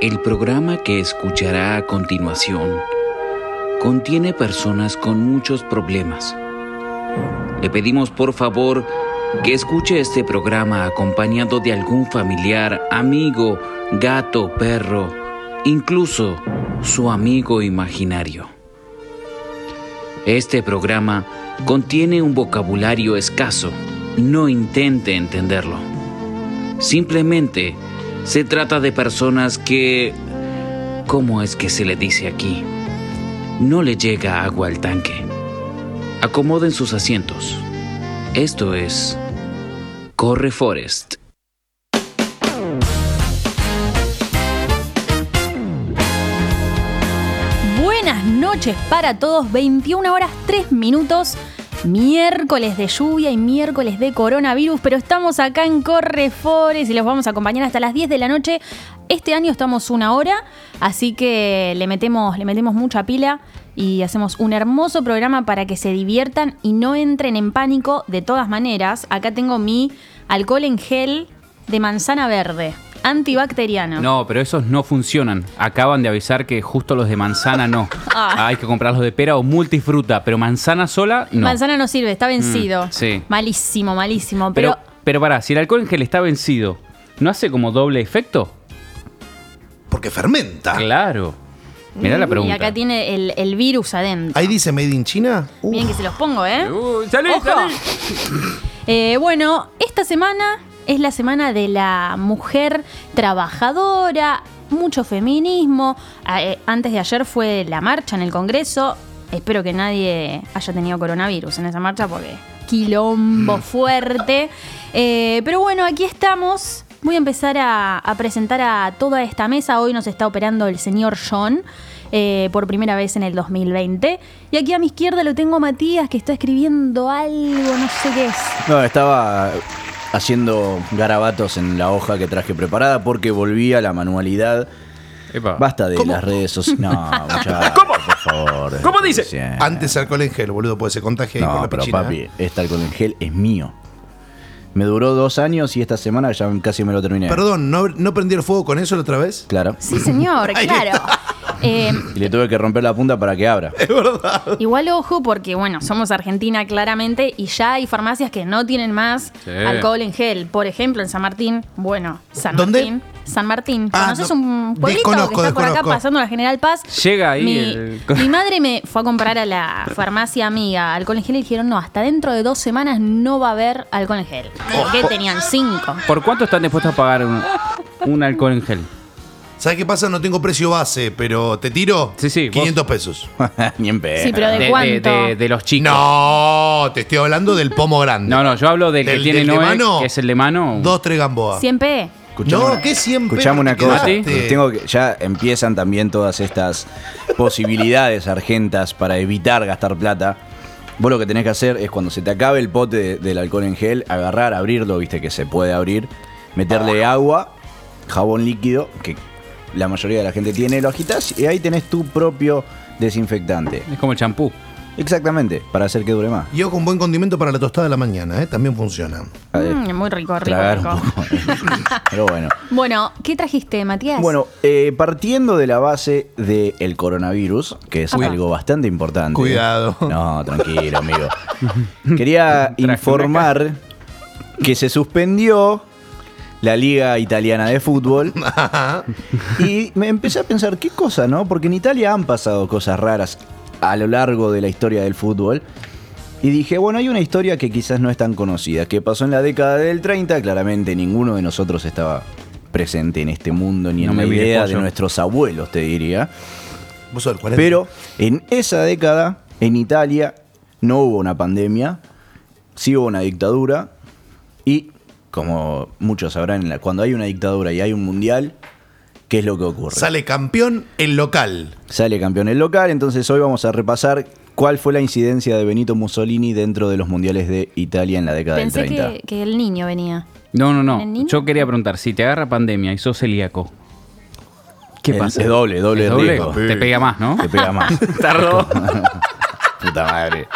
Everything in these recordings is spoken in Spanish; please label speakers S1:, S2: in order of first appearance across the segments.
S1: El programa que escuchará a continuación contiene personas con muchos problemas. Le pedimos por favor que escuche este programa acompañado de algún familiar, amigo, gato, perro, incluso su amigo imaginario. Este programa contiene un vocabulario escaso. No intente entenderlo. Simplemente se trata de personas que... ¿Cómo es que se le dice aquí? No le llega agua al tanque. Acomoden sus asientos. Esto es... Corre Forest.
S2: Buenas noches para todos, 21 horas 3 minutos, miércoles de lluvia y miércoles de coronavirus, pero estamos acá en Correfores y los vamos a acompañar hasta las 10 de la noche. Este año estamos una hora, así que le metemos, le metemos mucha pila y hacemos un hermoso programa para que se diviertan y no entren en pánico de todas maneras. Acá tengo mi alcohol en gel de manzana verde, antibacteriano.
S3: No, pero esos no funcionan. Acaban de avisar que justo los de manzana no.
S2: Ah.
S3: Hay que comprar los de pera o multifruta, pero manzana sola no. Mm,
S2: Manzana no sirve, está vencido.
S3: sí.
S2: Malísimo, malísimo.
S3: pero,
S2: Pero,
S3: pero pará, si el alcohol en gel está vencido, ¿no hace como doble efecto?
S4: Porque fermenta.
S3: Claro. Mirá la
S2: mm, y
S3: pregunta.
S2: acá tiene el, el virus adentro.
S4: Ahí dice Made in China. Uf.
S2: Miren que se los pongo, ¿eh?
S3: Uh, salí,
S2: Ojo.
S3: salí.
S2: Eh, bueno, esta semana es la semana de la mujer trabajadora, mucho feminismo. Ah, eh, antes de ayer fue la marcha en el Congreso. Espero que nadie haya tenido coronavirus en esa marcha porque quilombo fuerte. Eh, pero bueno, aquí estamos. Voy a empezar a, a presentar a toda esta mesa. Hoy nos está operando el señor John eh, por primera vez en el 2020. Y aquí a mi izquierda lo tengo a Matías que está escribiendo algo, no sé qué es.
S5: No, estaba haciendo garabatos en la hoja que traje preparada porque volví a la manualidad.
S3: Epa.
S5: Basta de las redes sociales. No, muchachos,
S4: Ah. ¿Cómo?
S5: por favor.
S3: ¿Cómo dice?
S5: Sí.
S4: Antes alcohol en gel, boludo, porque se contagia ahí con
S5: No,
S4: la
S5: pero
S4: pichina. ¿eh?
S5: papi, este alcohol en gel es mío. Me duró dos años y esta semana ya casi me lo terminé.
S4: Perdón, ¿no, no prendí el fuego con eso la otra vez?
S5: Claro.
S2: Sí, señor,
S4: Ahí
S2: claro. Eh,
S5: Y le tuve que romper la punta para que abra.
S2: igual ojo porque, bueno, somos Argentina claramente y ya hay farmacias que no tienen más
S3: Sí.
S2: alcohol en gel. Por ejemplo, en San Martín, bueno, San
S4: ¿Dónde?
S2: Martín. San Martín.
S4: Ah,
S2: ¿Conoces
S4: no.
S2: un pueblito que
S4: Desconozco,
S2: está por acá
S4: desconozco.
S2: pasando la General Paz?
S3: Llega ahí
S2: Mi,
S3: el-
S2: mi madre me fue a comprar a la farmacia amiga alcohol en gel y dijeron, no, hasta dentro de dos semanas no va a haber alcohol en gel.
S4: Oh.
S2: ¿Por qué tenían cinco?
S3: ¿Por cuánto están dispuestos a pagar un, un alcohol en gel?
S4: ¿Sabes qué pasa? No tengo precio base, pero te tiro
S3: Sí, sí, vos-
S4: 500 pesos.
S5: Ni en pedo.
S2: Sí, pero ¿De cuánto?
S3: Eh, de los chicos.
S4: No, te estoy hablando del pomo grande.
S3: No, no, yo hablo del, que
S4: Del-
S3: tiene
S4: del de
S3: Noé,
S4: mano,
S3: que es el de mano.
S4: Dos, tres gamboa.
S2: 100 P.
S5: Escuchame
S4: No,
S5: una-
S4: ¿qué siempre?
S5: Escuchame una
S4: ¿Te
S5: cosa.
S4: quedaste?
S5: Tengo que, ya empiezan también todas estas posibilidades argentas para evitar gastar plata. Vos lo que tenés que hacer es cuando se te acabe el pote de- del alcohol en gel, agarrar, abrirlo, viste que se puede abrir, meterle agua, jabón líquido, que la mayoría de la gente tiene, lo agitas y ahí tenés tu propio desinfectante.
S3: Es como el champú.
S5: Exactamente, para hacer que dure más.
S4: Y ojo, un buen condimento para la tostada de la mañana, ¿eh? También funciona.
S5: A ver,
S2: Mm, muy rico, rico,
S5: Eh, tragar un
S2: rico.
S5: poco. Pero bueno.
S2: Bueno, ¿qué trajiste, Matías?
S5: Bueno, eh, partiendo de la base del coronavirus, que es
S2: Uy.
S5: algo bastante importante.
S4: Cuidado.
S5: No, tranquilo, amigo. Quería informar que se suspendió la Liga Italiana de Fútbol. y me empecé a pensar, ¿qué cosa, no? Porque en Italia han pasado cosas raras a lo largo de la historia del fútbol. Y dije, bueno, hay una historia que quizás no es tan conocida, que pasó en la década del 30, claramente ninguno de nosotros estaba presente en este mundo, ni
S3: No
S5: en
S3: me
S5: la
S3: vi de
S5: idea de
S3: pollo.
S5: nuestros abuelos, te diría.
S4: Vos sos del 40.
S5: Pero en esa década, en Italia, no hubo una pandemia, sí hubo una dictadura y, como muchos sabrán, en la- cuando hay una dictadura y hay un mundial, ¿qué es lo que ocurre?
S4: Sale campeón el local.
S5: Sale campeón el local, entonces hoy vamos a repasar cuál fue la incidencia de Benito Mussolini dentro de los mundiales de Italia en la década
S2: Pensé
S5: del 30.
S2: que, que el niño venía.
S3: No, no,
S2: ¿El
S3: no.
S2: niño?
S3: Yo quería preguntar, si te agarra pandemia y sos celíaco, ¿qué
S5: Es-
S3: pasa?
S5: es doble, doble
S3: ¿Es
S5: riesgo.
S3: Te pega más, ¿no?
S5: Te pega más.
S3: Tardó.
S5: Puta madre.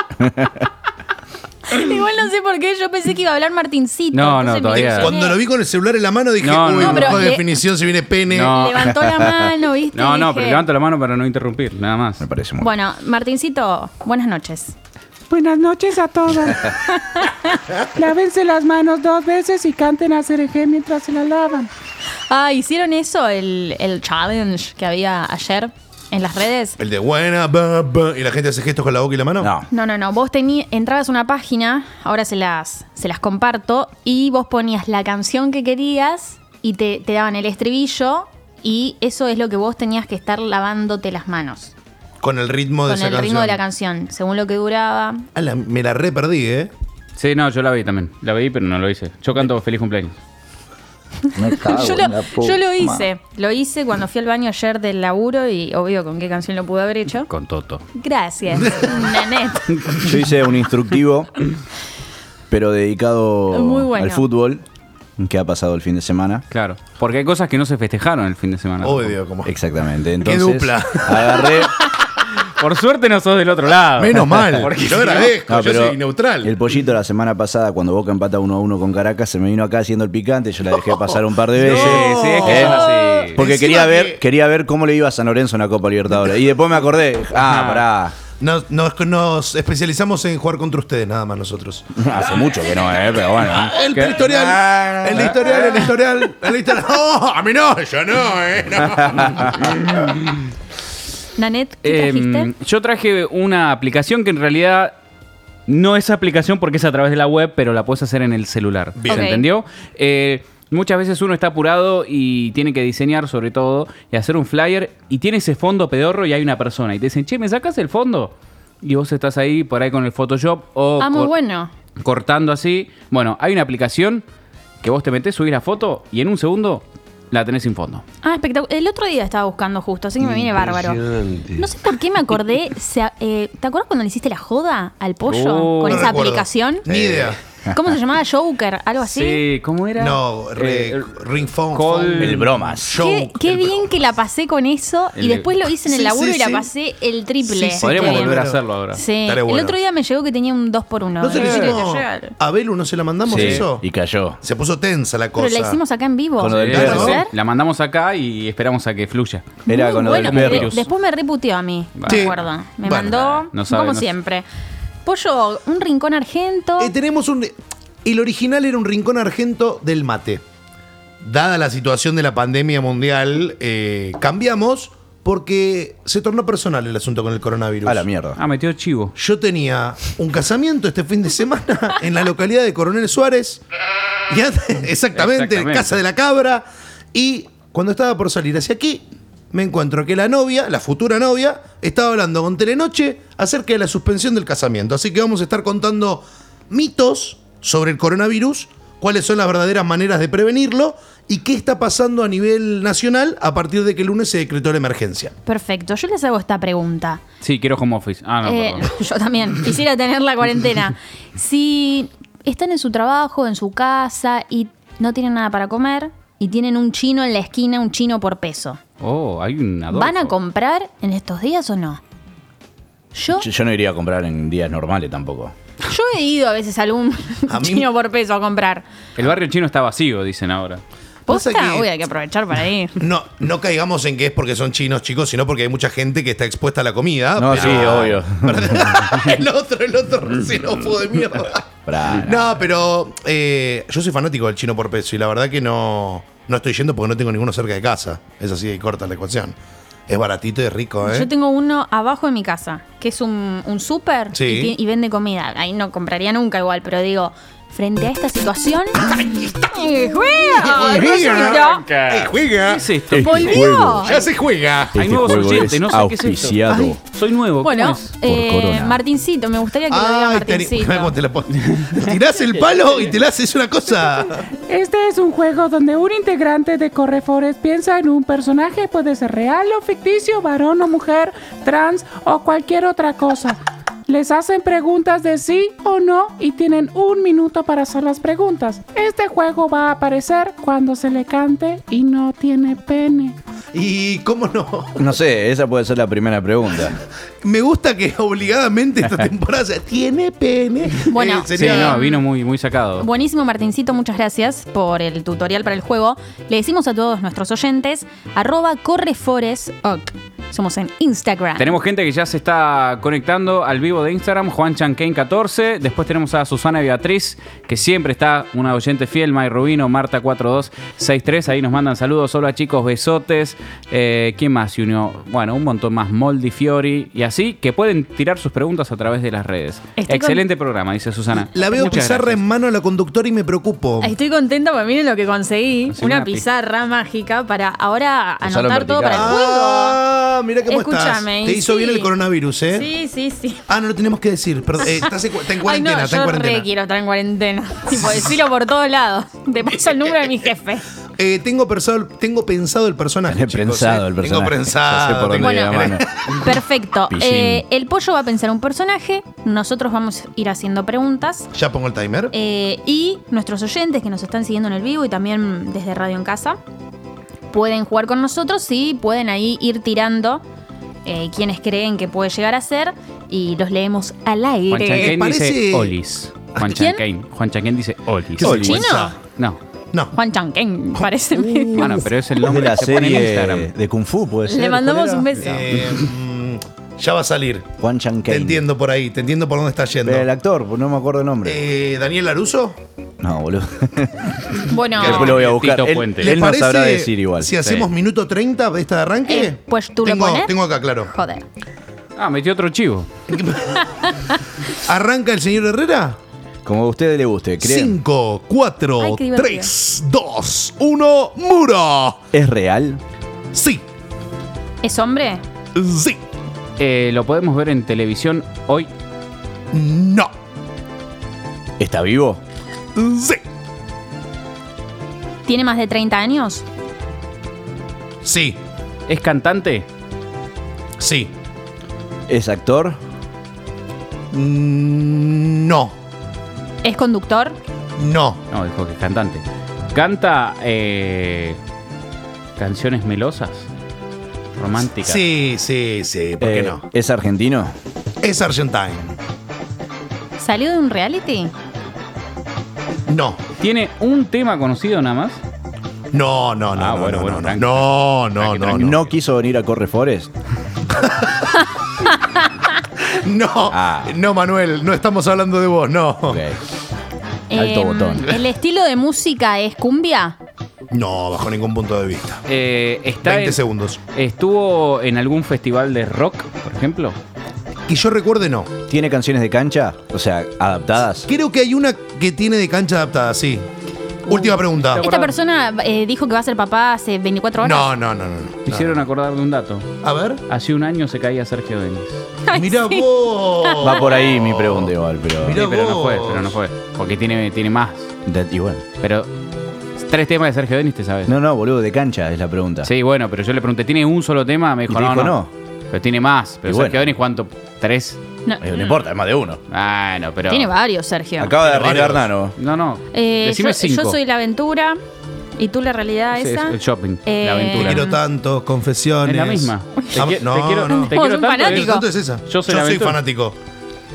S2: Este Igual no sé por qué, yo pensé que iba a hablar Martincito.
S3: No,
S2: entonces
S3: no,
S2: me
S3: todavía.
S2: ilusioné.
S4: Cuando lo vi con el celular en la mano dije,
S3: No, no,
S4: uy,
S3: no,
S2: pero eh,
S4: mejor
S2: le-
S4: definición si viene pene.
S3: No.
S2: Levantó la mano, ¿viste?
S3: No, no,
S2: Dije-
S3: pero levanto la mano para no interrumpir, nada más.
S5: Me parece muy
S2: Bueno, Martincito, buenas noches.
S6: Buenas noches a todos. Lávense las manos dos veces y canten a Cereje mientras se la lavan.
S2: Ah, ¿hicieron eso, el, el challenge que había ayer en las redes?
S4: El de buena, ba, ba, y la gente hace gestos con la boca y la mano.
S5: No.
S2: No, no, no. Vos tení, entrabas a una página, ahora se las, se las comparto, y vos ponías la canción que querías y te, te daban el estribillo, y eso es lo que vos tenías que estar lavándote las manos.
S4: Con el ritmo de
S2: Con
S4: esa
S2: el
S4: canción.
S2: ritmo de la canción, según lo que duraba.
S4: Ah, la- me la re perdí, ¿eh?
S3: Sí, no, yo la vi también. La vi, pero no lo hice. Yo canto feliz cumpleaños.
S7: Me cago
S2: yo,
S7: en
S2: lo,
S7: la puta
S2: yo lo
S7: madre.
S2: hice. Lo hice cuando fui al baño ayer del laburo y obvio con qué canción lo pude haber hecho.
S3: Con Toto.
S2: Gracias, Nanet.
S5: Yo hice un instructivo, pero dedicado
S2: Muy bueno.
S5: al fútbol, que ha pasado el fin de semana.
S3: Claro. Porque hay cosas que no se festejaron el fin de semana.
S4: Odio, como.
S5: Exactamente. Entonces,
S4: dupla.
S5: Agarré.
S3: Por suerte no sos del otro lado.
S4: Menos mal.
S3: Porque
S4: yo
S3: si no-
S4: agradezco,
S5: No,
S4: yo
S5: pero
S4: soy neutral.
S5: El pollito la semana pasada, cuando Boca empata 1 a 1 con Caracas, se me vino acá haciendo el picante. Yo la dejé pasar un par de
S3: Sí,
S5: veces.
S3: sí, es que
S5: ¿Eh?
S3: son así.
S5: Porque
S4: Encima
S5: quería ver,
S4: que-
S5: quería ver cómo le iba a San Lorenzo en la Copa Libertadores. Y después me acordé. Ah, pará.
S4: Nos, nos- nos especializamos en jugar contra ustedes, nada más nosotros.
S5: Hace mucho que no, eh, pero bueno.
S4: El
S3: ¿Qué?
S4: historial, el historial, el historial, el historial. ¡Oh! A mí no, yo no, ¿eh? No.
S2: Nanet, ¿qué
S3: Eh,
S2: trajiste?
S3: yo traje una aplicación que en realidad no es aplicación porque es a través de la web, pero la puedes hacer en el celular.
S2: Bien.
S3: ¿Se
S2: Ok.
S3: entendió? Eh, muchas veces uno está apurado y tiene que diseñar sobre todo y hacer un flyer y tiene ese fondo pedorro y hay una persona y te dicen, che, ¿me sacas el fondo? Y vos estás ahí por ahí con el Photoshop o
S2: Ah, muy
S3: cor-
S2: bueno.
S3: cortando así. Bueno, hay una aplicación que vos te metés, subís la foto y en un segundo la tenés sin fondo.
S2: Ah, espectacular. El otro día estaba buscando justo, así que me viene bárbaro. No sé por qué me acordé. se a- eh, ¿Te acuerdas cuando le hiciste la joda al pollo
S3: Oh.
S2: con
S4: Uh, No
S2: esa
S4: recuerdo.
S2: aplicación?
S4: Ni idea.
S2: ¿Cómo se llamaba? Joker, algo así.
S3: Sí, ¿cómo era?
S4: No, re-
S3: Eh,
S4: ring phone.
S3: call-
S4: phone.
S5: El bromas.
S4: Joke,
S2: Qué, qué
S4: el
S2: bien que la pasé con eso y
S3: El-
S2: después lo hice en el
S4: Sí,
S2: laburo
S4: sí,
S2: y la
S4: sí.
S2: pasé el triple.
S4: Sí, sí,
S3: Podríamos
S2: Qué bien.
S3: volver a
S4: Claro.
S3: hacerlo ahora.
S2: Sí,
S4: Estaría
S2: el
S4: bueno.
S2: otro día me llegó que tenía un 2x1.
S4: ¿No se lo hicimos a Belu? ¿No se la mandamos
S5: Sí,
S4: eso?
S5: y cayó.
S4: Se puso tensa la cosa.
S2: Pero la hicimos acá en vivo.
S5: Con lo del
S2: ¿Puede
S5: perro.
S2: ser?
S3: Eh, La mandamos acá y esperamos a que fluya.
S5: Era
S2: Muy
S5: con lo del
S2: bueno,
S5: perro.
S2: de- después me reputeó a mí,
S4: Sí.
S2: me acuerdo. Me
S4: Bueno,
S2: mandó,
S3: no sabe,
S2: como
S3: no-
S2: siempre. Pollo, un rincón argento.
S4: Eh, tenemos un. El original era un rincón argento del mate. Dada la situación de la pandemia mundial, eh, cambiamos porque se tornó personal el asunto con el coronavirus.
S5: A la mierda.
S3: Ah, metió chivo.
S4: Yo tenía un casamiento este fin de semana en la localidad de Coronel Suárez. Y antes- exactamente,
S3: Exactamente.
S4: Casa de la Cabra. Y cuando estaba por salir hacia aquí, me encuentro que la novia, la futura novia, estaba hablando con Telenoche acerca de la suspensión del casamiento. Así que vamos a estar contando mitos sobre el coronavirus, cuáles son las verdaderas maneras de prevenirlo y qué está pasando a nivel nacional a partir de que el lunes se decretó la emergencia.
S2: Perfecto, yo les hago esta pregunta.
S3: Sí, quiero home office. Ah, no,
S2: Eh,
S3: perdón.
S2: yo también quisiera tener la cuarentena. Si están en su trabajo, en su casa y no tienen nada para comer y tienen un chino en la esquina, un chino por peso,
S3: Oh, hay un Adolfo.
S2: ¿van a comprar en estos días o no?
S3: ¿Ah?
S2: Yo,
S5: Yo, yo no iría a comprar en días normales tampoco.
S2: yo he ido a veces a algún
S4: A mí-
S2: chino por peso a comprar.
S3: El barrio chino está vacío, dicen ahora.
S4: Pasa
S2: ¿Posta?
S4: que-
S2: Uy, hay que aprovechar para ir.
S4: No, no caigamos en que es porque son chinos, chicos, sino porque hay mucha gente que está expuesta a la
S3: Ah,
S4: comida.
S5: No, sí, obvio.
S4: el otro, el otro xenófobo de mierda.
S5: Pará,
S4: No, pero eh, yo soy fanático del chino por peso y la verdad que no, no estoy yendo porque no tengo ninguno cerca de casa. Es así y corta la ecuación. Es baratito y rico, ¿eh?
S2: Yo tengo uno abajo de mi casa, que es un, un súper
S4: Sí.
S2: y ti- y, vende comida. Ahí no compraría nunca igual, pero digo, frente a esta situación... ¡Eh, juega! ¡No se olvidó!
S4: ¡Ey, juega!
S3: ¿Qué es esto?
S5: Este
S2: ¡Volvió!
S5: juego-
S4: ¡Ya se juega!
S3: Hay nuevos
S5: Este juego
S3: oyentes,
S5: es
S3: no sé qué es esto.
S5: auspiciado.
S3: Ay, soy nuevo. ¿cómo
S2: Bueno,
S3: es?
S2: eh,
S5: corona.
S2: Martincito, me gustaría que lo diga
S4: Ay, te,
S2: Martincito.
S4: ¿cómo te la pon- tirás el palo y te la haces una cosa.
S6: Este es un juego donde un integrante de Correforest piensa en un personaje, puede ser real o ficticio, varón o mujer, trans o cualquier otra cosa. Les hacen preguntas de sí o no y tienen un minuto para hacer las preguntas. Este juego va a aparecer cuando se le cante y no tiene pene.
S4: Y cómo no.
S5: No sé, esa puede ser la primera pregunta.
S4: Me gusta que obligadamente esta temporada sea, tiene pene.
S2: Bueno.
S4: Eh,
S3: Sí,
S4: sería-
S3: no, vino muy, muy sacado.
S2: Buenísimo, Martincito, muchas gracias por el tutorial para el juego. Le decimos a todos nuestros oyentes, arroba correforesoc. Somos en Instagram.
S3: Tenemos gente que ya se está conectando al vivo de Instagram, Juan Chanquén 14. Después tenemos a Susana Beatriz, que siempre está una oyente fiel, May Rubino, Marta 4263. Ahí nos mandan saludos. Hola chicos, besotes. Eh, ¿Quién más, Junior? Bueno, un montón más. Moldi Fiori y así, que pueden tirar sus preguntas a través de las redes.
S2: Estoy
S3: Excelente programa, dice Susana.
S4: La veo
S3: Muchas
S4: pizarra
S3: gracias.
S4: en mano a la conductora y me preocupo.
S2: Estoy contenta porque miren lo que conseguí.
S3: Conseguí
S2: una
S3: una pi-
S2: pizarra mágica para ahora
S7: Usarlo
S2: anotar todo para el
S7: vertical.
S2: juego.
S4: Ah, mira cómo
S2: Escúchame,
S4: estás. Te
S2: y
S4: hizo bien
S2: sí.
S4: el coronavirus, ¿eh?
S2: Sí, sí, sí.
S4: Ah, no lo tenemos que decir. Perdón, eh, estás en, cu- está en cuarentena,
S2: Ay, no,
S4: está en
S2: yo
S4: cuarentena.
S2: re quiero estar en cuarentena. tipo, decirlo por todos lados. Te paso el número de mi jefe.
S4: Eh, tengo, pensado, tengo pensado el personaje.
S5: Tenés
S4: chicos,
S5: pensado
S4: eh.
S5: el personaje.
S4: Tengo
S5: Ya sé
S4: pensado.
S5: por dónde
S4: tengo-
S5: ir,
S2: Bueno.
S5: mano.
S2: Perfecto.
S5: Pillín.
S2: Eh, el pollo va a pensar un personaje. Nosotros vamos a ir haciendo preguntas.
S4: Ya pongo el timer.
S2: Eh, y nuestros oyentes que nos están siguiendo en el vivo y también desde Radio en Casa pueden jugar con nosotros y pueden ahí ir tirando eh, quienes creen que puede llegar a ser y los leemos al
S3: Juan
S2: aire.
S3: Chanquén
S4: parece-
S3: dice Olis. Juan
S2: ¿Quién?
S3: Chanquén. Juan Chanquén dice Olis.
S4: ¿Qué
S2: ¿Chino?
S4: vergüenza.
S3: No.
S4: No.
S2: Juan Chanquén, parece. medio-
S3: Bueno, pero es el
S5: de
S3: nombre
S5: la
S3: que se pone en Instagram.
S5: serie de Kung Fu, puede ser.
S2: Le mandamos un beso.
S4: Eh, mm, ya va a salir.
S5: Juan Chan
S4: Te entiendo por ahí, te entiendo por dónde estás yendo.
S5: El actor, pues no me acuerdo el nombre.
S4: Eh, Daniel Laruso,
S5: No, boludo.
S2: Bueno,
S4: Que
S5: Después lo voy a buscar.
S3: Tito
S5: Él,
S3: Puente.
S5: él
S4: ¿les
S5: no
S4: parece
S5: sabrá decir igual.
S4: Si hacemos minuto 30 de esta de arranque,
S2: Eh, pues tú lo
S4: tengo,
S2: pones.
S4: tengo acá, claro.
S2: joder.
S3: Ah, metió otro chivo.
S4: ¿Arranca el señor Herrera?
S5: Como a ustedes le guste, creen.
S4: 5,
S2: Ay,
S4: 4,
S2: qué divertido.
S4: 3, 2, 1, muro.
S5: ¿Es real?
S4: Sí,
S2: ¿Es hombre?
S4: sí,
S3: Eh, lo podemos ver en televisión hoy.
S4: no,
S5: ¿Está vivo?
S4: sí,
S2: ¿Tiene más de 30 años?
S4: sí,
S3: ¿Es cantante?
S4: sí,
S5: ¿Es actor?
S4: Mm, no,
S2: ¿Es conductor?
S4: no,
S3: No, dijo que es cantante. ¿Canta eh, canciones melosas? Románticas.
S4: sí, sí, sí, ¿por qué
S5: Eh,
S4: no?
S5: ¿Es argentino?
S4: Es Argentine,
S2: ¿Salió de un reality?
S4: no.
S3: ¿Tiene un tema conocido nada más?
S4: No, no, no,
S3: Ah,
S4: no,
S3: bueno,
S4: no,
S3: bueno,
S4: no,
S3: tranqui,
S4: no, no, no,
S5: No,
S4: no,
S5: quiso venir a Corre Forest.
S4: no,
S5: Ah.
S4: no, Manuel, no estamos hablando de vos, no,
S5: Ok. Alto botón.
S2: Em, ¿El estilo de música es cumbia?
S4: no, bajo ningún punto de vista.
S3: Eh, está
S4: 20
S3: en-
S4: segundos.
S3: ¿Estuvo en algún festival de rock, por ejemplo?
S4: Que yo recuerde, no.
S5: ¿Tiene canciones de cancha? O sea, adaptadas.
S4: Creo que hay una que tiene de cancha adaptada, sí. Última pregunta.
S2: Esta persona eh, dijo que va a ser papá hace 24 horas.
S4: No, no, no, no. no.
S3: Me hicieron acordar de un dato.
S4: A ver.
S3: Hace un año se caía Sergio Denis.
S4: Mira vos.
S5: Va por ahí mi pregunta igual, pero...
S4: Mirá
S3: Sí, pero no fue,
S4: vos.
S3: pero no fue. Porque tiene, tiene más.
S5: De- igual.
S3: Pero tres temas de Sergio Denis, te sabes.
S5: No, no, boludo, de cancha es la pregunta.
S3: Sí, bueno, pero yo le pregunté, ¿tiene un solo tema? Me dijo,
S5: Y te
S3: no,
S5: dijo,
S3: no,
S5: no.
S3: Pero tiene más. Pero
S5: Y
S3: Sergio
S5: bueno.
S3: Denis, ¿cuánto? ¿Tres?
S2: No,
S5: Eh, No importa, es más de uno.
S3: Bueno, pero.
S2: Tiene varios, Sergio.
S5: Acaba de
S4: Pero
S5: arreglar
S4: varios.
S3: No,
S5: Nano.
S3: no.
S2: Eh,
S3: Decime
S2: yo,
S3: cinco.
S2: yo soy la aventura y tú la realidad
S3: Sí, es
S2: esa.
S3: el shopping,
S2: Eh,
S3: la
S4: Te
S3: aventura.
S4: quiero tanto, confesiones.
S3: Es la misma. Te,
S4: Ah,
S3: qui-
S4: no,
S3: te quiero,
S4: no.
S3: te
S2: Vos sos
S3: quiero tanto.
S4: Te quiero
S2: fanático.
S4: tanto es esa.
S3: Yo soy la aventura.
S4: fanático.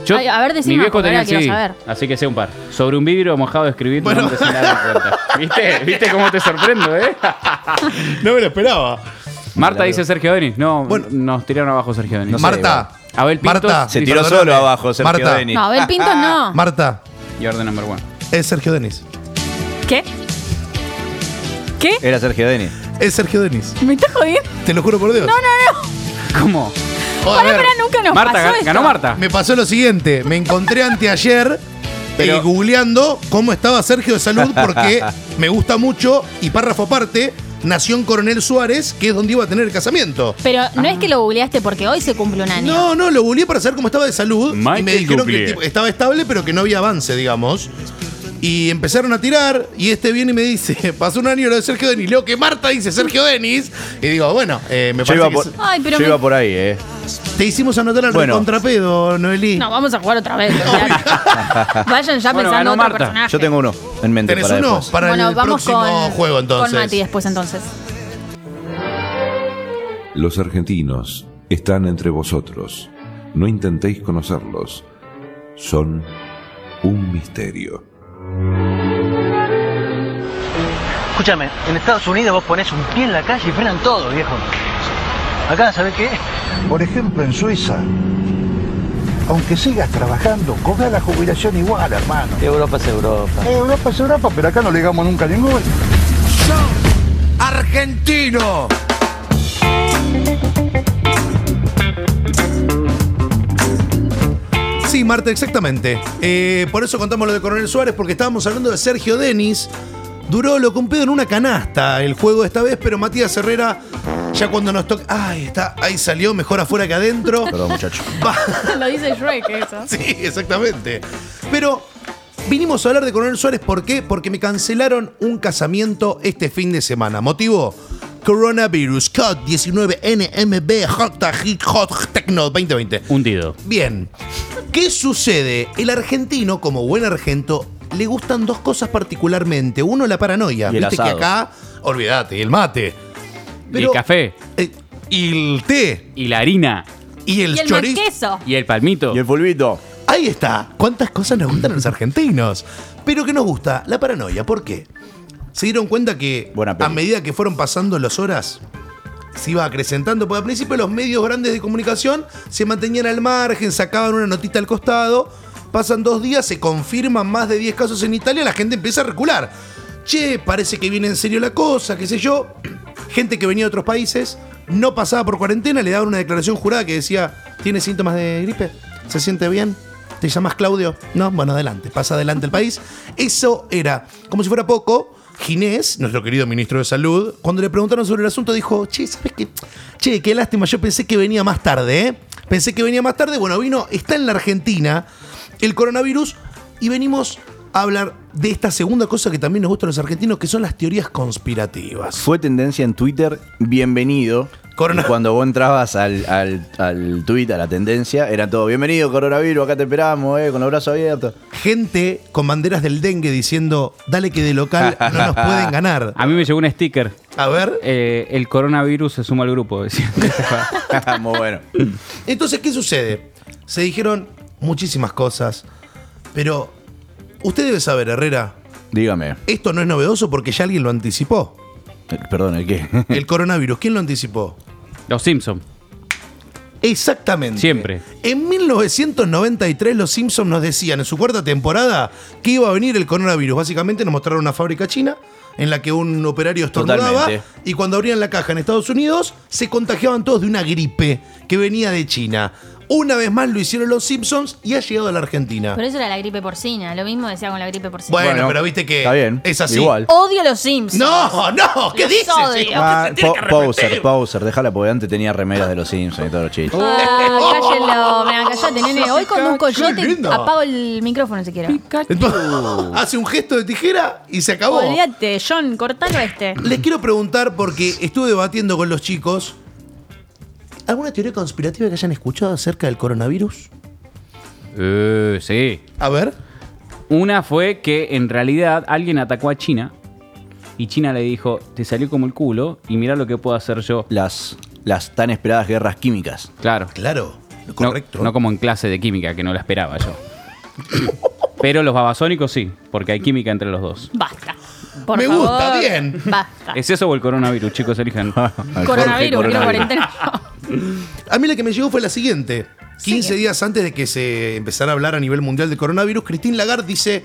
S3: Yo-
S2: Ay, a ver, decime,
S3: mi viejo
S2: porque
S3: tenía
S2: ahora
S3: el
S2: quiero
S3: CD,
S2: saber.
S3: así que sé un par. Sobre un vidrio mojado escribir tu
S4: Bueno.
S3: nombre sin darme cuenta. ¿Viste? ¿Viste cómo te sorprendo, eh?
S4: No me lo esperaba.
S3: Marta dice Sergio Denis. No,
S4: Bueno.
S3: nos tiraron abajo Sergio Denis.
S5: No sé,
S4: Marta.
S3: Abel Pintos
S4: Marta.
S5: Se
S3: Sí,
S5: tiró
S4: perdóname.
S5: solo abajo Sergio
S4: Marta.
S5: Denis.
S2: No, Abel
S3: Ah,
S2: Pintos no.
S4: Marta.
S3: Y orden number one.
S4: Es Sergio Denis.
S2: ¿Qué? ¿Qué?
S5: Era Sergio Denis.
S4: Es Sergio Denis.
S2: ¿Me estás jodiendo?
S4: Te lo juro por Dios.
S2: No, no, no.
S3: ¿Cómo?
S4: Joder,
S2: Pará, pará, nunca nos
S3: Oh, Marta,
S2: pasó
S3: gan-
S2: esto.
S3: ganó Marta.
S4: Me pasó lo siguiente. Me encontré anteayer
S5: Pero-
S4: eh, googleando cómo estaba Sergio de salud porque me gusta mucho y párrafo aparte, nació en Coronel Suárez, que es donde iba a tener el casamiento.
S2: Pero no
S3: Ah.
S2: es que lo googleaste porque hoy se cumple un año.
S4: No, no, lo googleé para saber cómo estaba de salud. y me
S3: Michael
S4: dijeron que el
S3: Googleé.
S4: tipo estaba estable, pero que no había avance, digamos. Y empezaron a tirar, y este viene y me dice: Pasó un año lo de Sergio Denis. Leo que Marta dice Sergio Denis. Y digo, bueno, eh, me
S5: Yo
S4: parece
S5: iba,
S4: que
S5: por,
S4: es-
S2: Ay, pero
S5: yo
S2: me-
S5: iba por ahí, eh.
S4: Te hicimos anotar al
S5: Bueno.
S4: contrapedo, Noelí.
S2: No, vamos a jugar otra vez. olvidate. Vayan ya
S3: Bueno,
S2: pensando
S3: ganó
S2: otro
S3: Marta.
S2: personaje.
S5: Yo tengo Ah, uno en mente
S4: ¿Tenés
S5: para
S4: uno?
S5: después.
S4: Para
S2: bueno,
S4: el
S2: vamos
S4: próximo
S2: con,
S4: juego, entonces.
S2: con Mati después entonces.
S8: Los argentinos están entre vosotros. No intentéis conocerlos. Son un misterio.
S9: Escúchame, en Estados Unidos vos ponés un pie en la calle y frenan todo, viejo. Acá, ¿sabés qué?
S10: Por ejemplo, en Suiza, aunque sigas trabajando, cobra la jubilación igual, hermano.
S7: Europa es Europa.
S10: Eh, Europa es Europa, pero acá no le llegamos nunca a ningún.
S4: ¡Argentino! Sí, Marta, exactamente. Eh, por eso contamos lo de Coronel Suárez, porque estábamos hablando de Sergio Denis. Duró lo que un pedo en una canasta el juego esta vez, pero Matías Herrera, ya cuando nos toca. ¡Ay, está! Ahí salió mejor afuera que adentro.
S5: Perdón, muchacho.
S4: Va-
S2: Lo dice Shrek, eso.
S4: Sí, exactamente. Pero vinimos a hablar de Coronel Suárez, ¿por qué? Porque me cancelaron un casamiento este fin de semana. ¿Motivo? Coronavirus, COD-19, NMB, Hot, Hit, Hot, Tecno 2020.
S3: Hundido.
S4: Bien, ¿qué sucede? El argentino, como buen argento, le gustan dos cosas particularmente. Uno, la paranoia.
S5: Y el
S4: Viste que
S5: asado.
S4: acá, olvídate, y el mate.
S3: Y el café.
S4: eh, y el té.
S3: Y la harina.
S4: Y el,
S2: Y el
S4: chorizo.
S2: marqueso.
S3: Y el palmito.
S5: Y el polvito.
S4: Ahí está. ¿Cuántas cosas nos gustan a los argentinos? Pero que nos gusta la paranoia. ¿Por qué? Se dieron cuenta que
S5: Buena
S4: a
S5: peli.
S4: medida que fueron pasando las horas, se iba acrecentando. Porque al principio los medios grandes de comunicación se mantenían al margen, sacaban una notita al costado. Pasan dos días, se confirman más de 10 casos en Italia, la gente empieza a recular. Che, parece que viene en serio la cosa, qué sé yo. Gente que venía de otros países, no pasaba por cuarentena, le daban una declaración jurada que decía, ¿tiene síntomas de gripe? ¿Se siente bien? ¿Te llamas Claudio? No, bueno, adelante, pasa adelante el país. Eso era, como si fuera poco, Ginés, nuestro querido ministro de Salud, cuando le preguntaron sobre el asunto, dijo, che, ¿sabes qué? Che, qué lástima, yo pensé que venía más tarde, ¿eh? Pensé que venía más tarde, bueno, vino, está en la Argentina el coronavirus y venimos a hablar de esta segunda cosa que también nos gusta a los argentinos, que son las teorías conspirativas.
S5: Fue tendencia en Twitter, bienvenido.
S4: Corona-
S5: Y cuando vos entrabas al, al, al tweet, a la tendencia, era todo, bienvenido coronavirus, acá te esperamos, eh, con los brazos abiertos.
S4: Gente con banderas del dengue diciendo, dale que de local no nos pueden ganar.
S3: A mí me llegó un sticker.
S4: A ver.
S3: Eh, el coronavirus se suma al grupo. decía.
S5: Ah, Muy bueno.
S4: Entonces, ¿qué sucede? Se dijeron muchísimas cosas, pero usted debe saber, Herrera,
S5: Dígame.
S4: esto no es novedoso porque ya alguien lo anticipó.
S5: Eh, Perdón, ¿el qué?
S4: El coronavirus, ¿quién lo anticipó?
S3: Los Simpsons.
S4: Exactamente.
S3: Siempre.
S4: En 1993 los Simpsons nos decían en su cuarta temporada que iba a venir el coronavirus. Básicamente nos mostraron una fábrica china en la que un operario estornudaba
S5: Totalmente.
S4: y cuando abrían la caja en Estados Unidos se contagiaban todos de una gripe que venía de China. Una vez más lo hicieron los Simpsons y ha llegado a la Argentina.
S2: Pero eso era la gripe porcina. Lo mismo decía con la gripe porcina.
S4: Bueno,
S5: Bueno,
S4: pero viste que
S5: está bien,
S4: es así.
S5: igual.
S2: Odio los Sims.
S4: No, no, ¿qué
S2: Los
S4: dices?
S2: odio.
S4: hijo?
S5: Ah,
S4: Se tiene
S5: po-
S4: que
S5: poser,
S4: arrepentir.
S5: poser, déjala, porque antes tenía remeras de los Simpsons y todos los chistes.
S2: Ah, cállenlo. Mira, callate, nene. Hoy con un
S4: Qué
S2: coyote
S4: lindo.
S2: apago el micrófono si quiero.
S5: Uh.
S4: Entonces, hace un gesto de tijera y se acabó.
S2: Olvídate, John, cortalo este.
S4: Les quiero preguntar, porque estuve debatiendo con los chicos, ¿alguna teoría conspirativa que hayan escuchado acerca del coronavirus?
S3: Eh, sí.
S4: A ver.
S3: Una fue que en realidad alguien atacó a China y China le dijo, te salió como el culo y mira lo que puedo hacer yo.
S5: Las, las tan esperadas guerras químicas.
S3: Claro.
S4: Claro,
S3: No-
S4: correcto.
S3: No, como en clase de química, que no la esperaba yo. Pero los babasónicos sí, porque hay química entre los dos.
S2: Basta. Por
S4: Me
S2: favor.
S4: gusta, bien.
S2: Basta.
S3: ¿Es eso o el coronavirus, chicos? Elijan.
S2: Coronavirus, quiero
S5: coronavirus.
S2: cuarentena.
S4: A mí la que me llegó fue la siguiente. 15 días antes de que se empezara a hablar a nivel mundial de coronavirus, Christine Lagarde dice,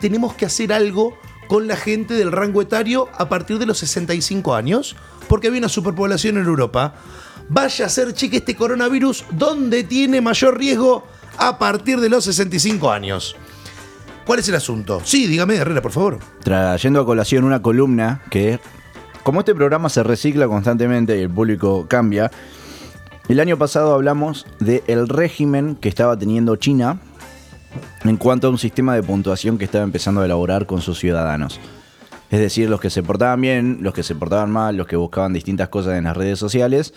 S4: tenemos que hacer algo con la gente del rango etario a partir de los 65 años, porque había una superpoblación en Europa. Vaya a ser, chique, este coronavirus donde tiene mayor riesgo a partir de los 65 años. ¿Cuál es el asunto? Sí, dígame, Herrera, por favor.
S5: Trayendo a colación una columna que, como este programa se recicla constantemente y el público cambia, el año pasado hablamos del régimen que estaba teniendo China en cuanto a un sistema de puntuación que estaba empezando a elaborar con sus ciudadanos. Es decir, los que se portaban bien, los que se portaban mal, los que buscaban distintas cosas en las redes sociales,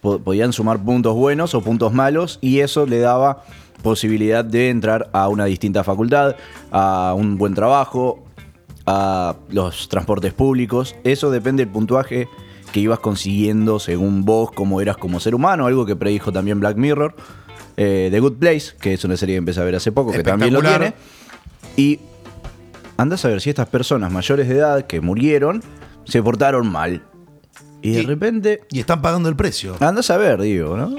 S5: po- podían sumar puntos buenos o puntos malos y eso le daba posibilidad de entrar a una distinta facultad, a un buen trabajo, a los transportes públicos. Eso depende del puntuaje que ibas consiguiendo según vos, cómo eras como ser humano, algo que predijo también Black Mirror. Eh, The Good Place, que es una serie que empecé a ver hace poco, que también lo tiene.
S4: Espectacular.
S5: Y andás a ver si estas personas mayores de edad que murieron se portaron mal. Y de repente.
S4: Y están pagando el precio.
S5: Andás a ver, digo, ¿no?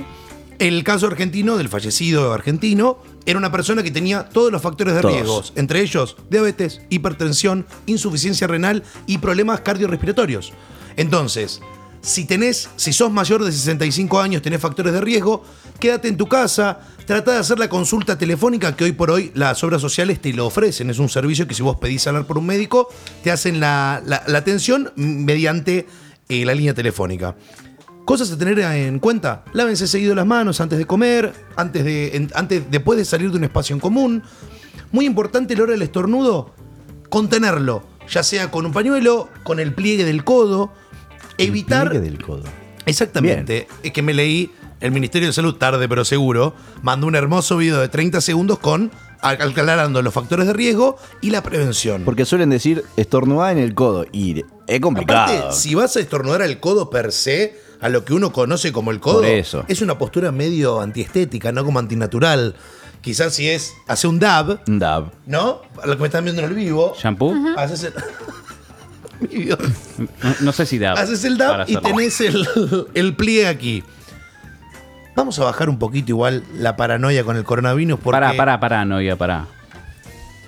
S4: El caso argentino del fallecido argentino era una persona que tenía todos los factores de
S5: Todos.
S4: riesgos, entre ellos diabetes, hipertensión, insuficiencia renal y problemas cardiorrespiratorios. Entonces, si tenés, si sos mayor de 65 años, tenés factores de riesgo, quédate en tu casa, trata de hacer la consulta telefónica que hoy por hoy las obras sociales te lo ofrecen. Es un servicio que si vos pedís hablar por un médico, te hacen la, la- la atención mediante eh, la línea telefónica. Cosas a tener en cuenta. Lávense seguido las manos antes de comer, antes de, en- antes, después de salir de un espacio en común. Muy importante la hora del estornudo, contenerlo. Ya sea con un pañuelo, con el pliegue del codo. Evitar.
S5: Pliegue del codo.
S4: Exactamente. Es que me leí el Ministerio de Salud tarde, pero seguro. Mandó un hermoso video de 30 segundos con al- aclarando los factores de riesgo y la prevención.
S5: Porque suelen decir estornudá en el codo. Y es complicado.
S4: Aparte, si vas a estornudar al codo per se, a lo que uno conoce como el codo,
S5: Por eso.
S4: es una postura medio antiestética, no como antinatural. Quizás si es, hace un dab,
S5: Un dab.
S4: ¿no? A lo que me están viendo en el vivo.
S3: ¿Shampoo?
S4: Haces el... Mi Dios.
S3: No, no sé si da.
S4: Haces el dab
S3: Ah, para
S4: y
S3: hacerlo.
S4: tenés el, el pliegue aquí. Vamos a bajar un poquito igual la paranoia con el coronavirus porque...
S3: Pará, pará, pará, Noia, pará.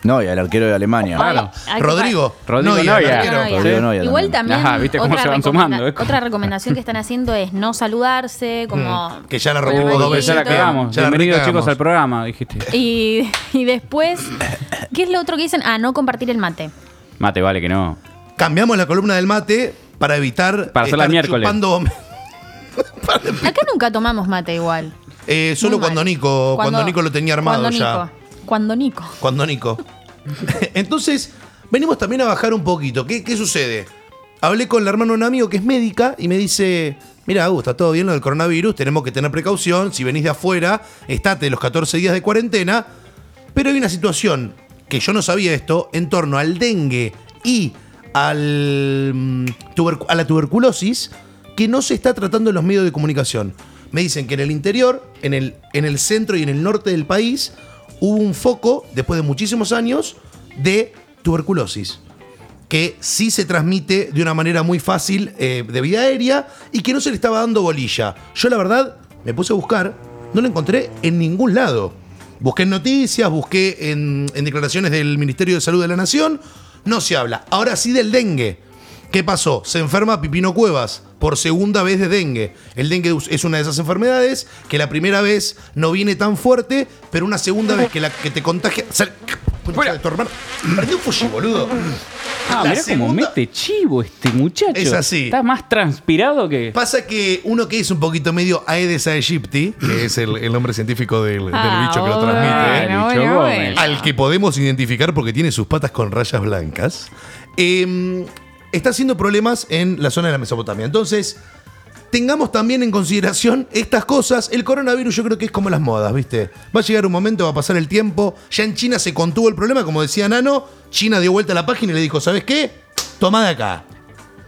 S5: No, y al arquero de Alemania.
S3: Claro.
S2: Ay,
S4: Rodrigo.
S3: Rodrigo
S4: Noia,
S3: Noia.
S4: arquero.
S2: Noia.
S5: Rodrigo Noia
S2: Igual
S5: también.
S2: también.
S3: Ajá, viste cómo
S2: otra
S3: se van
S2: recomenda-
S3: sumando, ¿eh?
S2: Otra recomendación que están haciendo es no saludarse, como.
S4: Mm, Que ya la
S2: con
S4: rompimos
S2: el
S4: dos
S3: Pero ya la
S2: manito.
S3: cagamos.
S4: Ya la
S3: Bienvenidos,
S4: recagamos.
S3: chicos, al programa, dijiste.
S2: Y, y después, ¿qué es lo otro que dicen? Ah, no compartir el mate.
S3: Mate, vale que no.
S4: Cambiamos la columna del mate para evitar
S3: Para hacerla
S4: estar
S3: miércoles.
S4: chupando-
S2: Acá nunca tomamos mate igual.
S4: Eh,
S2: Muy
S4: solo
S2: mal.
S4: cuando Nico, cuando, Nico lo tenía armado
S2: cuando
S4: ya.
S2: Nico, cuando Nico.
S4: Cuando Nico. Entonces, venimos también a bajar un poquito. ¿Qué, qué sucede? Hablé con la hermana de un amigo que es médica y me dice, mira, Agus, está todo bien lo del coronavirus, tenemos que tener precaución, si venís de afuera, estate los 14 días de cuarentena, pero hay una situación que yo no sabía esto en torno al dengue y al, mm, tubercu- a la tuberculosis que no se está tratando en los medios de comunicación. Me dicen que en el interior, en el, en el centro y en el norte del país hubo un foco, después de muchísimos años, de tuberculosis que sí se transmite de una manera muy fácil eh, de vía aérea y que no se le estaba dando bolilla. Yo la verdad me puse a buscar, no lo encontré en ningún lado. Busqué en noticias, busqué en, en declaraciones del Ministerio de Salud de la Nación, no se habla. Ahora sí del dengue. ¿Qué pasó? Se enferma Pipino Cuevas por segunda vez de dengue. El dengue es una de esas enfermedades que la primera vez no viene tan fuerte, pero una segunda vez que, la, que te contagia... Sal- Concha de tu hermana. Perdí un fushi, boludo.
S3: Ah,
S4: La
S3: mirá cómo
S4: segunda-
S3: mete chivo este muchacho.
S4: Es así.
S3: Está más transpirado que.
S4: Pasa que uno que es un poquito medio Aedes aegypti, que es el, el nombre científico del, del
S2: Ah,
S4: bicho que lo
S2: bueno,
S4: transmite,
S3: Ah, el bicho
S2: bueno,
S3: Gómez.
S2: bueno.
S4: al que podemos identificar porque tiene sus patas con rayas blancas, eh, está haciendo problemas en la zona de la Mesopotamia. Entonces, tengamos también en consideración estas cosas. El coronavirus yo creo que es como las modas, ¿viste? Va a llegar un momento, va a pasar el tiempo. Ya en China se contuvo el problema, como decía Nano. China dio vuelta a la página y le dijo, ¿sabes qué? Toma de acá.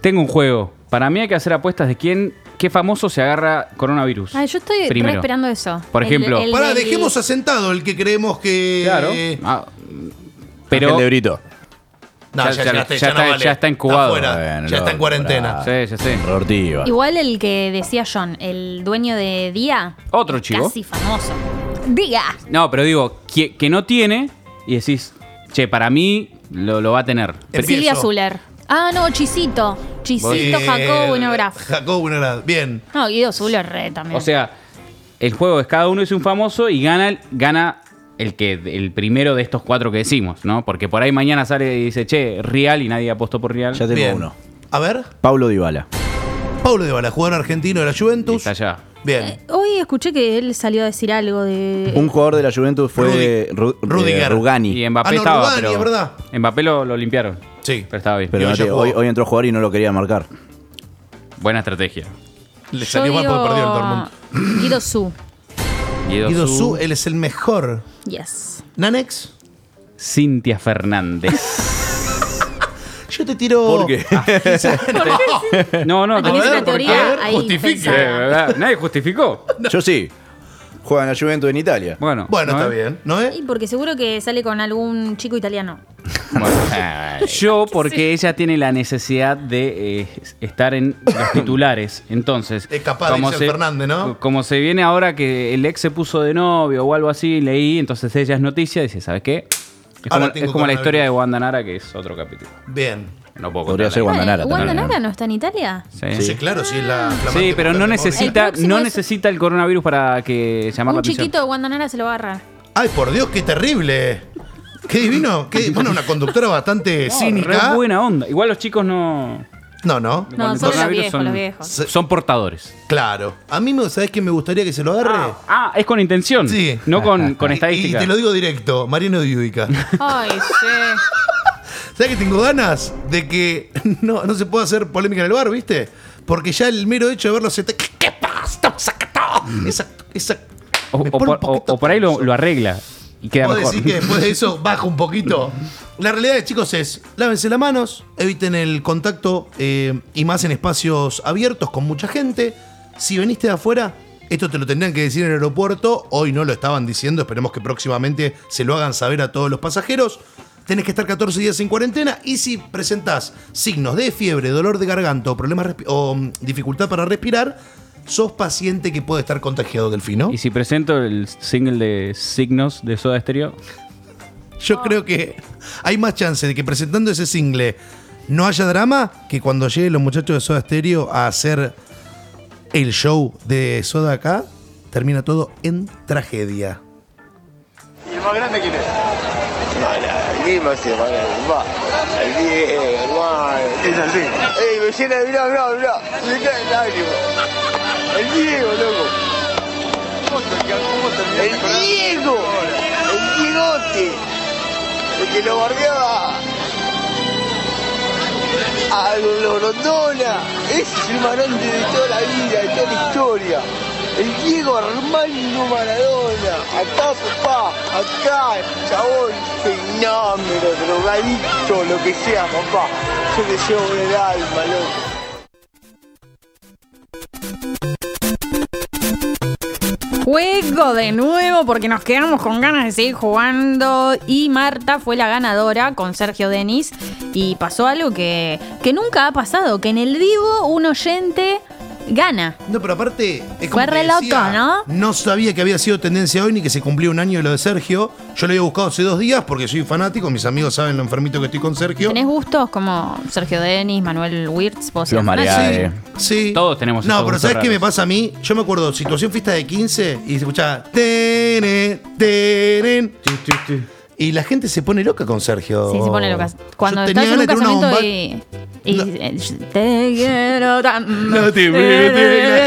S3: Tengo un juego. Para mí hay que hacer apuestas de quién, qué famoso se agarra coronavirus.
S2: Ay, yo estoy re
S3: Primero.
S2: esperando eso.
S3: Por ejemplo. El
S4: Pará,
S2: del-
S4: dejemos asentado el que creemos que...
S3: Claro.
S4: Eh.
S3: Ah, pero.
S5: El de Brito.
S4: No,
S3: Ya-
S4: ya,
S3: ya-
S4: llegaste,
S3: ya
S4: ya no
S3: está-
S4: vale.
S3: ya está incubado.
S4: fuera,
S5: Bueno,
S4: ya está en
S5: loco,
S4: cuarentena.
S5: pará.
S3: Sí, ya sé.
S5: Rortiva.
S2: Igual el que decía John, el dueño de Día.
S3: Otro chivo.
S2: Casi famoso. Día.
S3: No, pero digo, que, que no tiene y decís, che, para mí lo, lo va a tener. Pero-
S4: Empiezo.
S2: Silvia Zuler. Ah, no, Chisito. Chisito,
S4: Eh,
S2: Jacobo, Graf.
S4: Jacobo Winograf, bien.
S2: No, Guido Zuler re también.
S3: o sea, el juego es cada uno es un famoso y gana, el- gana el, que, el primero de estos cuatro que decimos, ¿no? Porque por ahí mañana sale y dice, che, Real y nadie apostó por Real.
S5: Ya tengo
S4: bien.
S5: uno.
S4: A ver,
S5: Pablo Dybala.
S4: Paulo Dybala, jugador argentino de la
S3: Y
S4: Juventus.
S3: Está allá.
S4: Bien.
S2: Eh, Hoy escuché que él salió a decir algo de.
S5: Un jugador de la Juventus fue
S4: Rudi-
S5: Ru- eh,
S4: Rudiger.
S5: Rugani.
S3: Y Mbappé
S4: Ah, no,
S3: estaba,
S4: Rugani,
S3: pero
S4: es verdad.
S3: Mbappé lo, lo limpiaron.
S4: Sí.
S3: Pero estaba bien.
S5: Pero
S4: Y
S5: no
S4: hoy ya
S5: te-
S4: jugó.
S5: hoy, hoy entró a jugar y no lo quería marcar.
S3: Buena estrategia.
S4: Le
S2: Yo
S4: salió mal
S2: digo,
S4: porque perdió el Dortmund.
S2: Guido Su.
S3: Guido,
S4: Guido
S3: Zu,
S4: Su, eh. él es el mejor.
S2: Yes.
S4: Nanex,
S3: Cintia Fernández.
S4: yo te Ah, tiró.
S5: ¿Por qué?
S3: No, no,
S2: Tenés
S3: a ver,
S2: una teoría
S3: ¿por qué?
S2: ahí
S3: Justifique,
S2: pensada.
S3: ¿verdad? Nadie justificó.
S5: Yo sí. Juegan a Juventus en Italia.
S3: Bueno,
S4: Bueno,
S3: ¿no
S4: está
S3: es?
S4: bien, ¿no es?
S2: Y porque seguro que sale con algún chico italiano.
S3: eh, Yo, porque ella tiene la necesidad de eh, estar en los titulares. Entonces,
S4: Es capaz, dice el Fernández, ¿no?
S3: Como se viene ahora que el ex se puso de novio o algo así, leí, entonces ella es noticia, dice, ¿sabes qué? Es
S4: Ahora
S3: como,
S4: tengo
S3: es como la
S4: coronavirus.
S3: historia de Wanda Nara, que es otro capítulo.
S4: Bien.
S3: No puedo
S5: Podría
S3: contarla.
S5: ser Wanda Nara también, ¿no?
S2: Nara no está en Italia?
S3: Sí.
S4: Sí, claro, sí, es la.
S3: Sí,
S4: flamante
S3: pero
S4: mujer
S3: no
S4: de
S3: necesita,
S2: El próximo
S3: no
S2: es-
S3: necesita el coronavirus para que llamar
S2: Un
S3: la atención.
S2: chiquito de Guandanara se lo va a agarrar.
S4: Móvil. Ay, por Dios, qué terrible. Qué divino. Qué, bueno, una conductora bastante
S3: No,
S4: cínica.
S3: re buena onda. Igual los chicos no.
S4: No, no.
S2: No,
S3: el
S2: son los
S3: coronavirus
S2: viejos,
S3: son-
S2: los viejos.
S4: Se-
S3: Son portadores.
S4: Claro. A mí, me- ¿sabés que me gustaría que se lo agarre?
S3: Ah, es con intención.
S4: Sí.
S3: No con, con
S4: Y-
S3: estadística.
S4: Y, te lo digo directo, Mariano Diúdica.
S2: Ay, sí.
S4: ¿Sabes que tengo ganas de que no, no se pueda hacer polémica en el bar, viste? Porque ya el mero hecho de verlo se te. ¿Qué pasa? Sacatá. Esa. esa
S3: Mm. O,
S4: me
S3: o
S4: pone
S3: por,
S4: un poquito
S3: o- o por ahí lo,
S4: tenso.
S3: lo arregla y queda
S4: ¿Vos
S3: mejor.
S4: decís que después de eso baja un poquito? La realidad, chicos, es lávense las manos, eviten el contacto eh, y más en espacios abiertos con mucha gente. Si veniste de afuera, esto te lo tendrían que decir en el aeropuerto. Hoy no lo estaban diciendo, esperemos que próximamente se lo hagan saber a todos los pasajeros. Tenés que estar 14 días en cuarentena y si presentás signos de fiebre, dolor de garganta o, problemas respi- o mm, dificultad para respirar, sos paciente que puede estar contagiado, Delfino.
S3: Y si presento el single de Signos de Soda Stereo,
S2: Ah.
S4: Yo creo que hay más chance de que presentando ese single no haya drama que cuando lleguen los muchachos de Soda Stereo a hacer el show de Soda acá, termina todo en tragedia.
S10: ¿Y el más grande quién es? No, no, el Guima es el más grande. Va, el Diego, hermano. Es así. Ey, me llena, mirá, mirá, mirá. Me cae el lágrima. El Diego, loco. El Diego. El Diegote. El que lo bardeaba. A lo Rondona. Ese es el más grande de toda la vida, de toda la historia. El Diego Armando Maradona. Acá, papá. Acá, chabón. Fenómeno, drogadicto, lo que sea, papá. Yo te llevo en el alma, loco.
S2: Juego de nuevo porque nos quedamos con ganas de seguir jugando. Y Marta fue la ganadora con Sergio Denis. Y pasó algo que, que nunca ha pasado: que en el vivo un oyente gana.
S4: No, pero aparte.
S2: Fue
S4: Es como te
S2: re loco,
S4: decía,
S2: ¿no?
S4: No sabía que había sido tendencia hoy ni que se cumplía un año de lo de Sergio. Yo lo había buscado hace dos días porque soy fanático. Mis amigos saben lo enfermito que estoy con Sergio.
S2: ¿Tenés gustos como Sergio Denis, Manuel Wirtz? vos
S5: Los
S2: sos
S5: mareados.
S2: fanático?
S4: Sí,
S5: Eh,
S4: sí.
S3: Ah, todos tenemos
S4: No,
S3: esos
S4: pero
S3: gustos
S4: ¿sabes qué
S3: raros.
S4: me pasa a mí? Yo me acuerdo, situación fiesta de 15 y se escuchaba. Tenen, tenen. Y la gente se pone loca con Sergio.
S2: Sí, se pone locas. Cuando
S4: Yo
S2: estás en un
S4: ganas de tirar una
S2: casamiento
S4: bomba-
S2: y. y-
S4: No.
S2: eh, Te quiero tan-
S4: No, te- te- te- la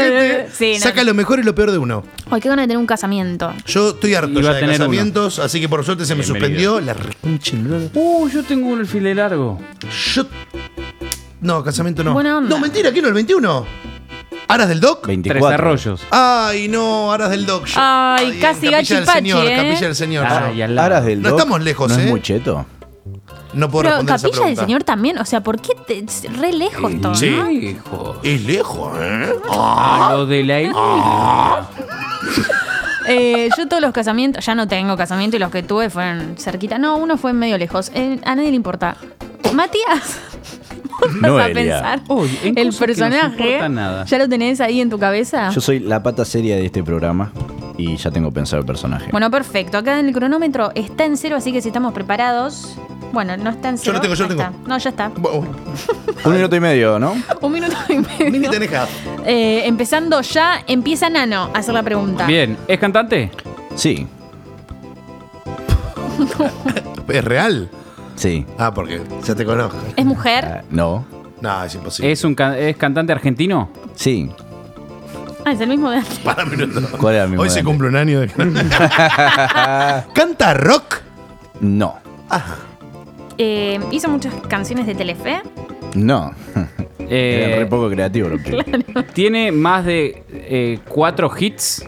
S4: gente
S2: Sí, no.
S4: Saca lo mejor y lo peor de uno.
S2: Ay, qué ganas de tener un casamiento.
S4: Yo estoy harto
S3: Iba
S4: ya
S3: a
S4: de
S3: tener uno.
S4: casamientos, así que por suerte se me
S3: Bienvenido.
S4: suspendió. La reconcha en la-
S3: uh, yo tengo un alfiler largo.
S4: Yo. No, casamiento no.
S2: Buena onda.
S4: No, mentira, ¿qué no? ¿El 21? ¿Aras del Doc?
S5: 24.
S3: Tres arroyos.
S4: Ay, no, Aras del Doc. Yo-
S2: Ay,
S4: en
S2: casi
S4: Capilla
S2: gachi
S4: del
S2: pachi,
S4: Señor,
S2: ¿eh?
S4: Capilla del Señor.
S3: Ay,
S4: yo.
S3: al lado.
S5: Aras del
S4: No
S5: Doc,
S4: estamos lejos,
S5: ¿no
S4: ¿eh?
S5: es muy cheto?
S4: No puedo
S2: Pero
S4: responder esa
S2: Capilla del
S4: pregunta. Eh,
S2: Señor también. O sea, ¿por qué te- es re lejos todo?
S4: Sí.
S2: no?
S3: Hijo.
S4: Es lejos, ¿eh?
S3: A lo de la Ah.
S2: Eh, yo todos los casamientos, ya no tengo casamiento y los que tuve fueron cerquita. No, uno fue medio lejos. Eh, a nadie le importa. Matías, ¿vos vas a
S5: Noelia.
S2: pensar?
S3: Uy, en
S2: el
S3: cosas que
S2: personaje,
S3: no importa nada.
S2: ¿ya lo tenés ahí en tu cabeza?
S5: Yo soy la pata seria de este programa y ya tengo pensado el personaje.
S2: Bueno, perfecto. Acá en el cronómetro está en cero, así que si estamos preparados. Bueno, no está en cero.
S4: lo tengo, yo
S2: ahí
S4: lo tengo.
S2: está. No, ya está.
S4: Bueno,
S5: Un minuto y medio, ¿no?
S2: Un minuto y
S4: Mini
S2: medio.
S4: tenés que-
S2: Eh, empezando ya, empieza Nano a hacer la pregunta.
S3: Bien, ¿es cantante?
S5: Sí,
S4: ¿Es real?
S5: sí.
S4: Ah, porque ya te conozco.
S2: ¿Es mujer?
S5: Ah, no,
S4: No, es imposible.
S3: ¿Es, un can- ¿Es cantante argentino?
S5: sí.
S2: Ah, es el mismo de antes.
S4: Para minuto.
S5: ¿Cuál era mi
S4: Hoy se
S5: modante?
S4: cumple un año de... ¿Canta rock?
S5: No,
S2: Eh, hizo muchas canciones de Telefe.
S5: no. Era
S3: Eh,
S5: re poco creativo lo que.
S3: ¿Tiene más de eh, cuatro hits?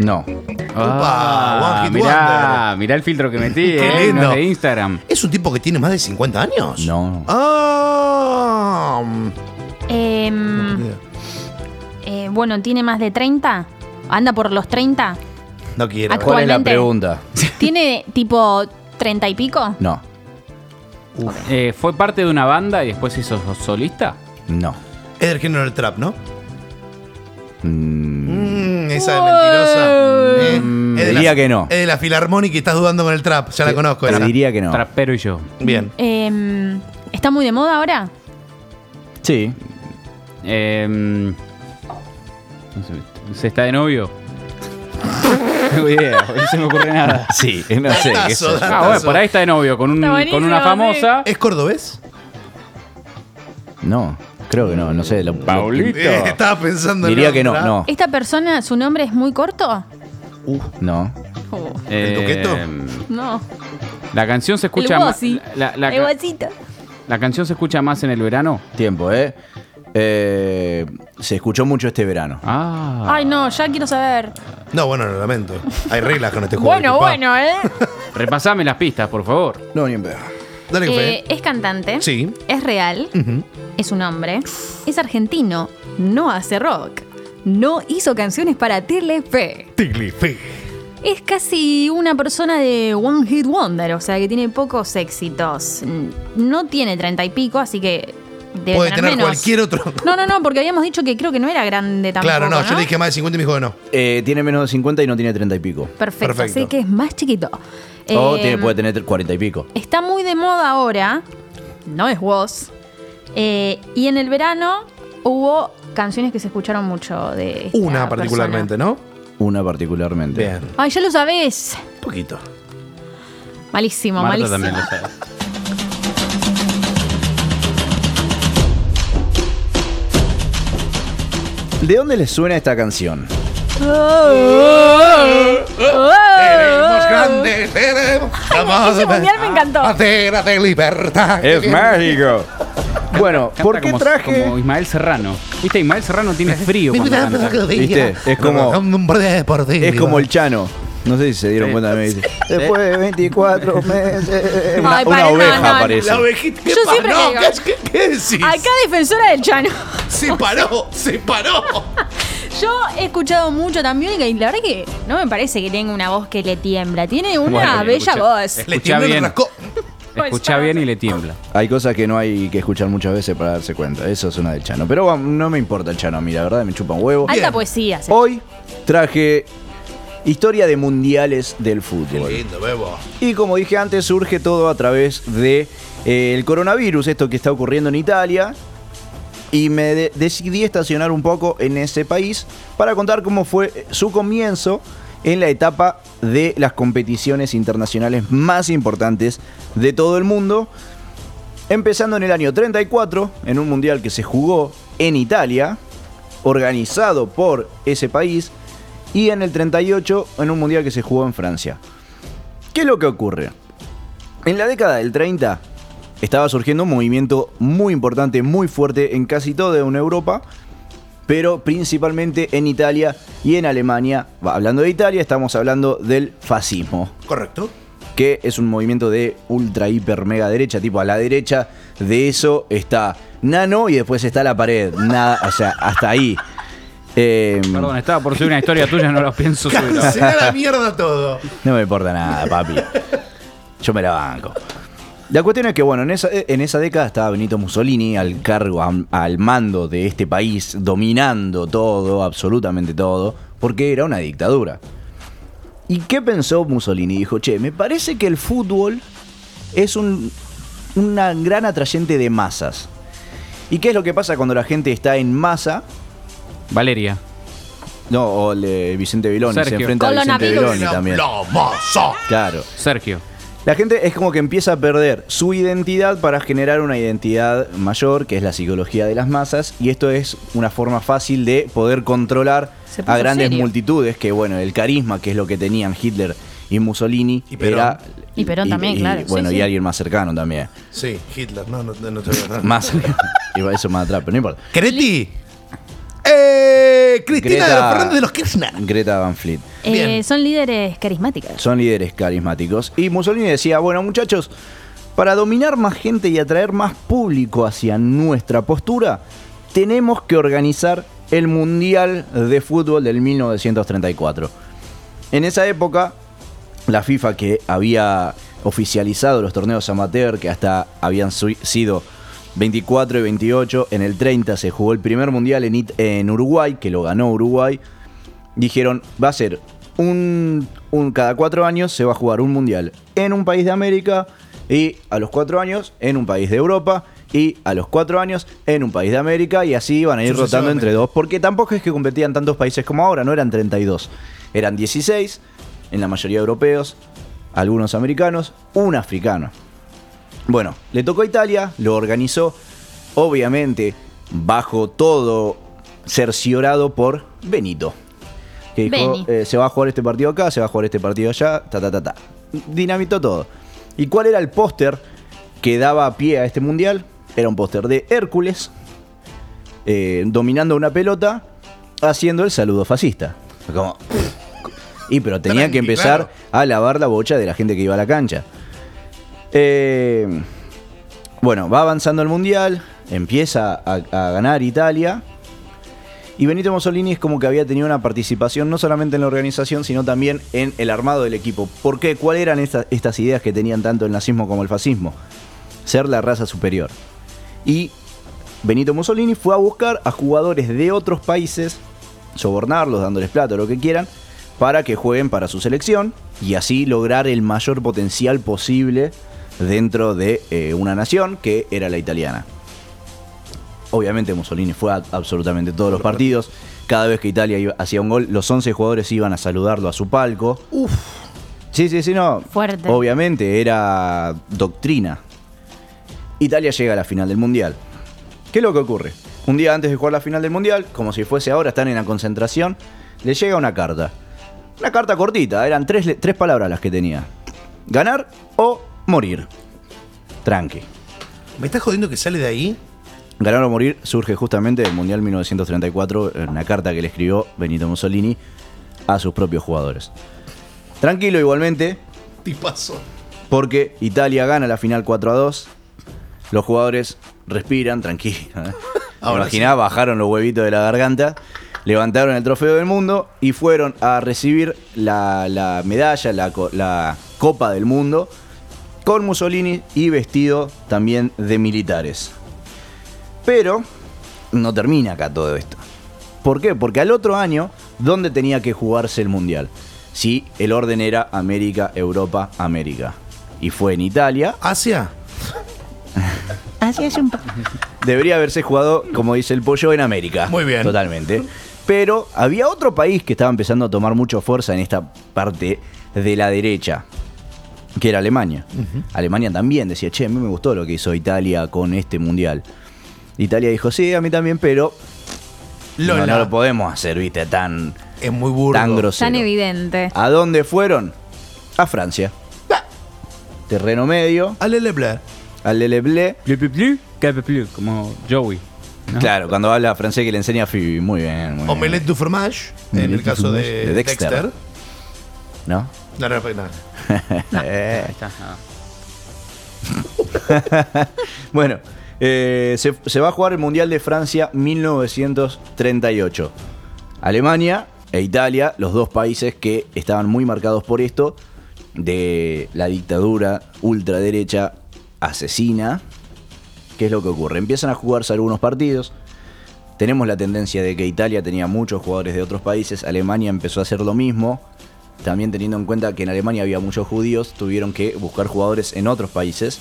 S5: No,
S3: Ok. Ah,
S4: One Hit
S3: mirá, mirá el filtro que metí,
S4: Qué
S3: eh, no
S4: lindo.
S3: es de Instagram.
S4: ¿Es un tipo que tiene más de 50 años?
S5: No.
S4: Ah,
S2: Em, eh, bueno, tiene más de 30. Anda por los 30.
S4: no quiero.
S2: Actual-
S5: ¿Cuál es la
S2: Igualmente.
S5: pregunta?
S2: ¿Tiene tipo 30 y pico?
S5: No,
S3: Eh, ¿Fue parte de una banda y después hizo solista?
S5: no.
S4: Es del género del trap, ¿no?
S5: Mm,
S4: Mm, esa es mentirosa. Eh, es de
S5: Diría
S4: la-
S5: que no.
S4: Es de la filarmónica y estás dudando con el trap. Ya la conozco.
S5: Te
S4: esa.
S5: diría que no.
S3: Trapero y yo.
S4: Bien.
S2: Em, ¿Está muy de moda ahora?
S5: Sí.
S3: Eh, no sé, ¿Se está de novio? No tengo idea, eh, no se me ocurre nada.
S5: Sí, eh, no sé. qué sé yo.
S4: Datazo,
S3: Ah, bueno, por ahí está de novio con, un,
S2: Está
S3: con
S2: buenísimo,
S3: una famosa.
S4: ¿Es cordobés?
S5: No, creo que no, no sé. lo- lo-
S4: Eh, estaba pensando en
S5: Diría
S4: otra.
S5: que no, no.
S2: ¿Esta persona, su nombre es muy corto?
S5: No.
S2: Oh,
S3: Eh,
S4: Tuqueto?
S2: no.
S3: La canción se escucha
S2: El
S3: más.
S2: Guasi.
S3: La, la-
S2: El guasito.
S3: la canción se escucha más en el verano.
S5: Tiempo, ¿eh? Eh, se escuchó mucho este verano.
S3: Ah.
S2: Ay, no, ya quiero saber.
S4: No, bueno, lo lamento. Hay reglas con este juego.
S2: Bueno,
S4: disculpa.
S2: bueno, ¿eh?
S3: Repasame las pistas, por favor.
S5: No, ni en pedo.
S4: Dale, fe.
S2: Eh, es cantante.
S4: Sí.
S2: Es real.
S4: Ujú.
S2: Es un hombre. Es argentino. No hace rock. No hizo canciones para Telefe.
S4: Tigli, fe.
S2: eh, Es casi una persona de One Hit Wonder, o sea que tiene pocos éxitos. Mm, No tiene treinta y pico, así que debe
S4: Puede
S2: tener
S4: tener
S2: menos.
S4: cualquier otro.
S2: No, no, no, porque habíamos dicho que creo que no era grande tampoco.
S4: claro, no,
S2: no,
S4: yo le dije más de 50 y me dijo que no.
S5: Eh, tiene menos de 50 y no tiene 30 y pico.
S2: Perfecto,
S4: Perfecto.
S2: así que es más chiquito.
S5: o
S2: Eh,
S5: Oh, tiene- puede tener 40 y pico.
S2: Está muy de moda ahora, no es Woz. eh, y en el verano hubo canciones que se escucharon mucho de. esta
S4: Una particularmente,
S2: persona.
S4: ¿no?
S5: Una particularmente.
S4: Bien.
S2: Ay, ya lo sabés.
S4: Poquito.
S2: Malísimo,
S3: Marta
S2: malísimo.
S3: también lo sabe.
S5: ¿De dónde les suena esta canción?
S2: Oh,
S4: Seremos grandes, seremos. Vamos
S2: ese mundial me encantó.
S4: Bandera de libertad.
S5: mágico. Bueno,
S3: Canta
S5: ¿por qué
S3: como-
S5: traje?
S3: Como Ismael Serrano. Viste, Ismael Serrano tiene frío
S4: Mi
S3: cuando
S4: vida
S3: canta.
S5: ¿Viste? Es como-
S4: Un hombre por ti.
S5: Es como el Chano. No sé si se dieron
S3: Sí.
S5: cuenta. Me dice. Después de 24 meses. Una,
S2: Ay,
S5: una
S2: para, no,
S5: oveja
S2: no, no.
S5: parece.
S4: La ovejita. ¿Qué
S2: Yo siempre
S4: paró?
S2: digo-
S4: ¿Qué, qué, qué decís?
S2: Acá defensora del Chano.
S4: Se paró, se paró.
S2: Yo he escuchado mucho también y la verdad que no me parece que tenga una voz que le tiembla. Tiene una
S3: Bueno,
S2: bella
S3: escucha.
S2: voz.
S3: Es-
S4: Le
S3: Escuchá
S4: tiembla el
S3: bien.
S4: rasco-
S3: Escucha bien y le tiembla.
S5: Hay cosas que no hay que escuchar muchas veces para darse cuenta. Eso es una del Chano. Pero bueno, no me importa el Chano a mí, la verdad me chupa un huevo.
S2: Alta poesía.
S3: Oh,
S2: se-
S5: Hoy traje historia de mundiales del fútbol.
S4: Lindo, bebo.
S5: Y como dije antes, surge todo a través de eh, el coronavirus, esto que está ocurriendo en Italia. Y me de- decidí estacionar un poco en ese país para contar cómo fue eh, su comienzo en la etapa de las competiciones internacionales más importantes de todo el mundo. Empezando en el año 34, en un mundial que se jugó en Italia, organizado por ese país, y en el 38, en un mundial que se jugó en Francia. ¿Qué es lo que ocurre? En la década del 30 estaba surgiendo un movimiento muy importante, muy fuerte en casi toda una Europa, pero principalmente en Italia y en Alemania. Va, hablando de Italia, estamos hablando del fascismo,
S4: Correcto.
S5: que es un movimiento de ultra, hiper, mega derecha, tipo a la derecha de eso está Nano y después está la pared. Nada, o sea, hasta ahí. Eh,
S3: Perdón, estaba por subir una historia tuya, no la pienso subir. ahora.
S4: Cancela la mierda todo.
S5: No me importa nada, papi. Yo me la banco. La cuestión es que, bueno, en esa, en esa década estaba Benito Mussolini al cargo, am- al mando de este país, dominando todo, absolutamente todo, porque era una dictadura. ¿Y qué pensó Mussolini? Dijo, che, me parece que el fútbol es un una gran atrayente de masas. ¿Y qué es lo que pasa cuando la gente está en masa?
S3: Valeria.
S5: No, o el de Vicente Viloni, se
S3: Sergio.
S5: enfrenta a Vicente
S2: Coronavirus.
S5: Viloni también.
S4: La masa.
S5: Claro.
S3: Sergio.
S5: La gente es como que empieza a perder su identidad para generar una identidad mayor, que es la psicología de las masas, y esto es una forma fácil de poder controlar
S2: Se puso
S5: a grandes
S2: serio.
S5: multitudes, que bueno, el carisma, que es lo que tenían Hitler y Mussolini,
S4: Y Perón.
S5: era...
S2: Y Perón también, claro, sí,
S5: Bueno,
S2: sí.
S5: y alguien más cercano también.
S4: Sí, Hitler. No, no, no te voy a
S5: Más... Iba eso más atrás, pero no importa.
S4: Creti. Eh, Cristina
S5: Greta-
S4: Fernández Eh, de los Kirchner.
S5: Greta Van Fleet.
S2: Eh,
S5: Bien.
S2: son líderes carismáticas.
S5: Son líderes carismáticos. Y Mussolini decía, bueno muchachos, para dominar más gente y atraer más público hacia nuestra postura, tenemos que organizar el Mundial de Fútbol del 1934. En esa época, la FIFA que había oficializado los torneos amateur, que hasta habían sui- sido 24 y 28, en el 30 se jugó el primer mundial en, It- en Uruguay, que lo ganó Uruguay, dijeron, va a ser un, un- Cada cuatro años se va a jugar un mundial en un país de América y a los cuatro años en un país de Europa y a los cuatro años en un país de América y así iban a ir rotando entre dos, porque tampoco es que competían tantos países como ahora, no eran 32, eran 16, en la mayoría europeos, algunos americanos, un africano. Bueno, le tocó a Italia, lo organizó, obviamente bajo todo cerciorado por Benito. Que dijo,
S11: Beni.
S5: eh, se va a jugar este partido acá, se va a jugar este partido allá, ta ta ta ta. Dinamitó todo. ¿Y cuál era el póster que daba pie a este mundial? Era un póster de Hércules eh, dominando una pelota haciendo el saludo fascista. Fue Como, y pero tenía que empezar a lavar la bocha de la gente que iba a la cancha. Eh, bueno, va avanzando el mundial, empieza a, a ganar Italia. Y Benito Mussolini es como que había tenido una participación no solamente en la organización, sino también en el armado del equipo. ¿Por qué? ¿Cuáles eran esta- estas ideas que tenían tanto el nazismo como el fascismo? Ser la raza superior. Y Benito Mussolini fue a buscar a jugadores de otros países, sobornarlos, dándoles plata, lo que quieran, para que jueguen para su selección y así lograr el mayor potencial posible dentro de eh, una nación que era la italiana. Obviamente Mussolini fue a absolutamente todos los partidos. Cada vez que Italia iba- hacía un gol, los 11 jugadores iban a saludarlo a su palco. Uf. Sí, sí, sí, no.
S2: Fuerte.
S5: Obviamente, era doctrina. Italia llega a la final del Mundial. ¿Qué es lo que ocurre? Un día antes de jugar la final del Mundial, como si fuese ahora, están en la concentración, le llega una carta. Una carta cortita, eran tres, le- tres palabras las que tenía. Ganar o morir. Tranqui.
S4: ¿Me estás jodiendo que sale de ahí?
S5: Ganar o morir surge justamente del Mundial 1934, en una carta que le escribió Benito Mussolini a sus propios jugadores. Tranquilo igualmente,
S4: Tipazo.
S5: porque Italia gana la final 4 a 2. Los jugadores respiran, tranquilos. ¿eh?
S4: Ahora
S5: Imaginá, bajaron los huevitos de la garganta, levantaron el trofeo del mundo y fueron a recibir la, la medalla, la, co- la Copa del Mundo, con Mussolini y vestido también de militares. Pero no termina acá todo esto. ¿Por qué? Porque al otro año, ¿dónde tenía que jugarse el Mundial? Si el orden era América, Europa, América. Y fue en Italia.
S4: ¿Asia?
S5: Así es un Debería haberse jugado, como dice el pollo, en América. Muy bien. Totalmente. Pero había otro país que estaba empezando a tomar mucha fuerza en esta parte de la derecha, que era Alemania. Alemania también decía, che, a mí me gustó lo que hizo Italia con este mundial. Italia dijo, sí, a mí también, pero no,
S4: Lola.
S5: no lo podemos hacer, viste, tan...
S4: Es muy burdo.
S5: Tan grosero.
S12: Tan evidente.
S3: Ah,
S5: ¿A dónde fueron? A Francia.
S4: Ah.
S5: Terreno medio.
S4: Al Leleble.
S5: Al Leleble.
S3: como Joey.
S5: Claro, cuando habla francés que le enseña a Phoebe. Muy bien, muy bien.
S4: Omelette du fromage, en
S5: Omelette
S4: el
S5: du
S4: caso
S5: fromage.
S4: de,
S5: De Dexter.
S4: Dexter.
S5: ¿No?
S4: No, no, no, no.
S5: Eh. bueno, eh, se, se va a jugar el Mundial de Francia 1938. Alemania e Italia, los dos países que estaban muy marcados por esto, de la dictadura ultraderecha asesina. ¿Qué es lo que ocurre? Empiezan a jugarse algunos partidos. Tenemos la tendencia de que Italia tenía muchos jugadores de otros países, Alemania empezó a hacer lo mismo. También teniendo en cuenta que en Alemania había muchos judíos, tuvieron que buscar jugadores en otros países.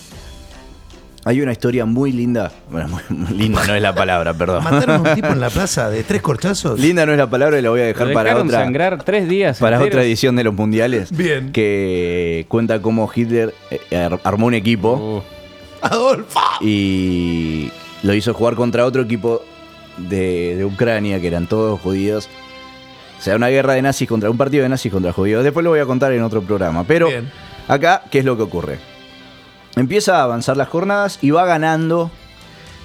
S5: Hay una historia muy linda. Bueno, muy, muy linda no es la palabra, perdón.
S4: Mataron a un tipo en la plaza de tres corchazos.
S5: Linda no es la palabra y la voy a dejar
S4: Lo
S5: para
S4: dejaron
S5: otra.
S3: sangrar tres días.
S5: Para
S3: enteros.
S5: otra edición de los mundiales.
S4: Bien.
S5: Que cuenta cómo Hitler eh, ar- armó un
S3: Uh,
S5: equipo.
S4: Adolfo.
S5: Y lo hizo jugar contra otro equipo de, de Ucrania, que eran todos judíos. O sea, una guerra de nazis contra un partido de nazis contra judíos. Después lo voy a contar en otro programa. Pero acá, ¿qué es lo que ocurre? Empieza a avanzar las jornadas y va ganando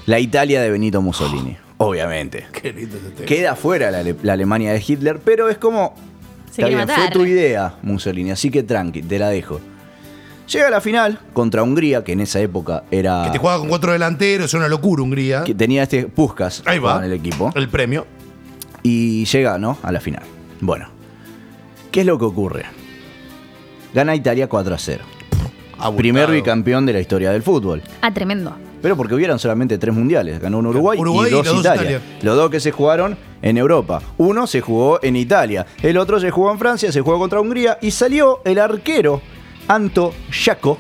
S5: la Italia de Benito Mussolini. Obviamente.
S4: Qué lindo este tema.
S5: Queda fuera la, Ale- la Alemania de Hitler, pero es como Está
S2: quiere
S5: bien,
S2: matar.
S5: fue tu idea, Mussolini, así que tranqui, te la dejo. Llega a la final contra Hungría, que en esa época era.
S4: Que te jugaba con cuatro delanteros, es una locura Hungría.
S5: que tenía este Puskas
S4: Ahí va.
S5: en el equipo.
S4: El premio.
S5: Y llega, ¿no? A la final. Bueno. ¿Qué es lo que ocurre? Gana Italia 4 a 0. Primer bicampeón de la historia del fútbol.
S2: Ah, tremendo.
S5: Pero porque hubieron solamente tres mundiales. Ganó un Uruguay,
S4: Uruguay
S5: y dos, Italia. Los dos que se jugaron en Europa. Uno se jugó en Italia. El otro se jugó en Francia, se jugó contra Hungría. Y salió el arquero Anto Jaco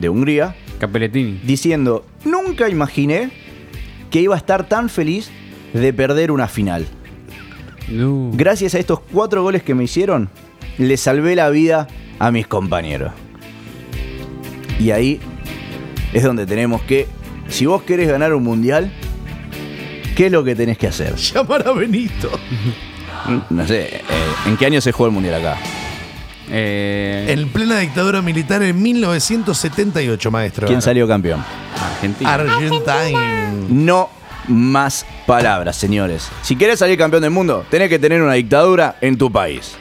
S5: de Hungría.
S3: Capeletini.
S5: Diciendo, nunca imaginé que iba a estar tan feliz de perder una final. Gracias a estos cuatro goles que me hicieron, le salvé la vida a mis compañeros. Y ahí es donde tenemos que, si vos querés ganar un mundial, ¿qué es lo que tenés que hacer?
S4: Llamar a Benito.
S5: No sé, eh, ¿en qué año se jugó el mundial acá?
S3: Eh,
S5: Eh,
S4: En plena dictadura militar en 1978, maestro.
S5: ¿Quién salió campeón?
S3: Argentina.
S4: Argentina.
S5: No más palabras, señores. Si querés salir campeón del mundo, tenés que tener una dictadura en tu país.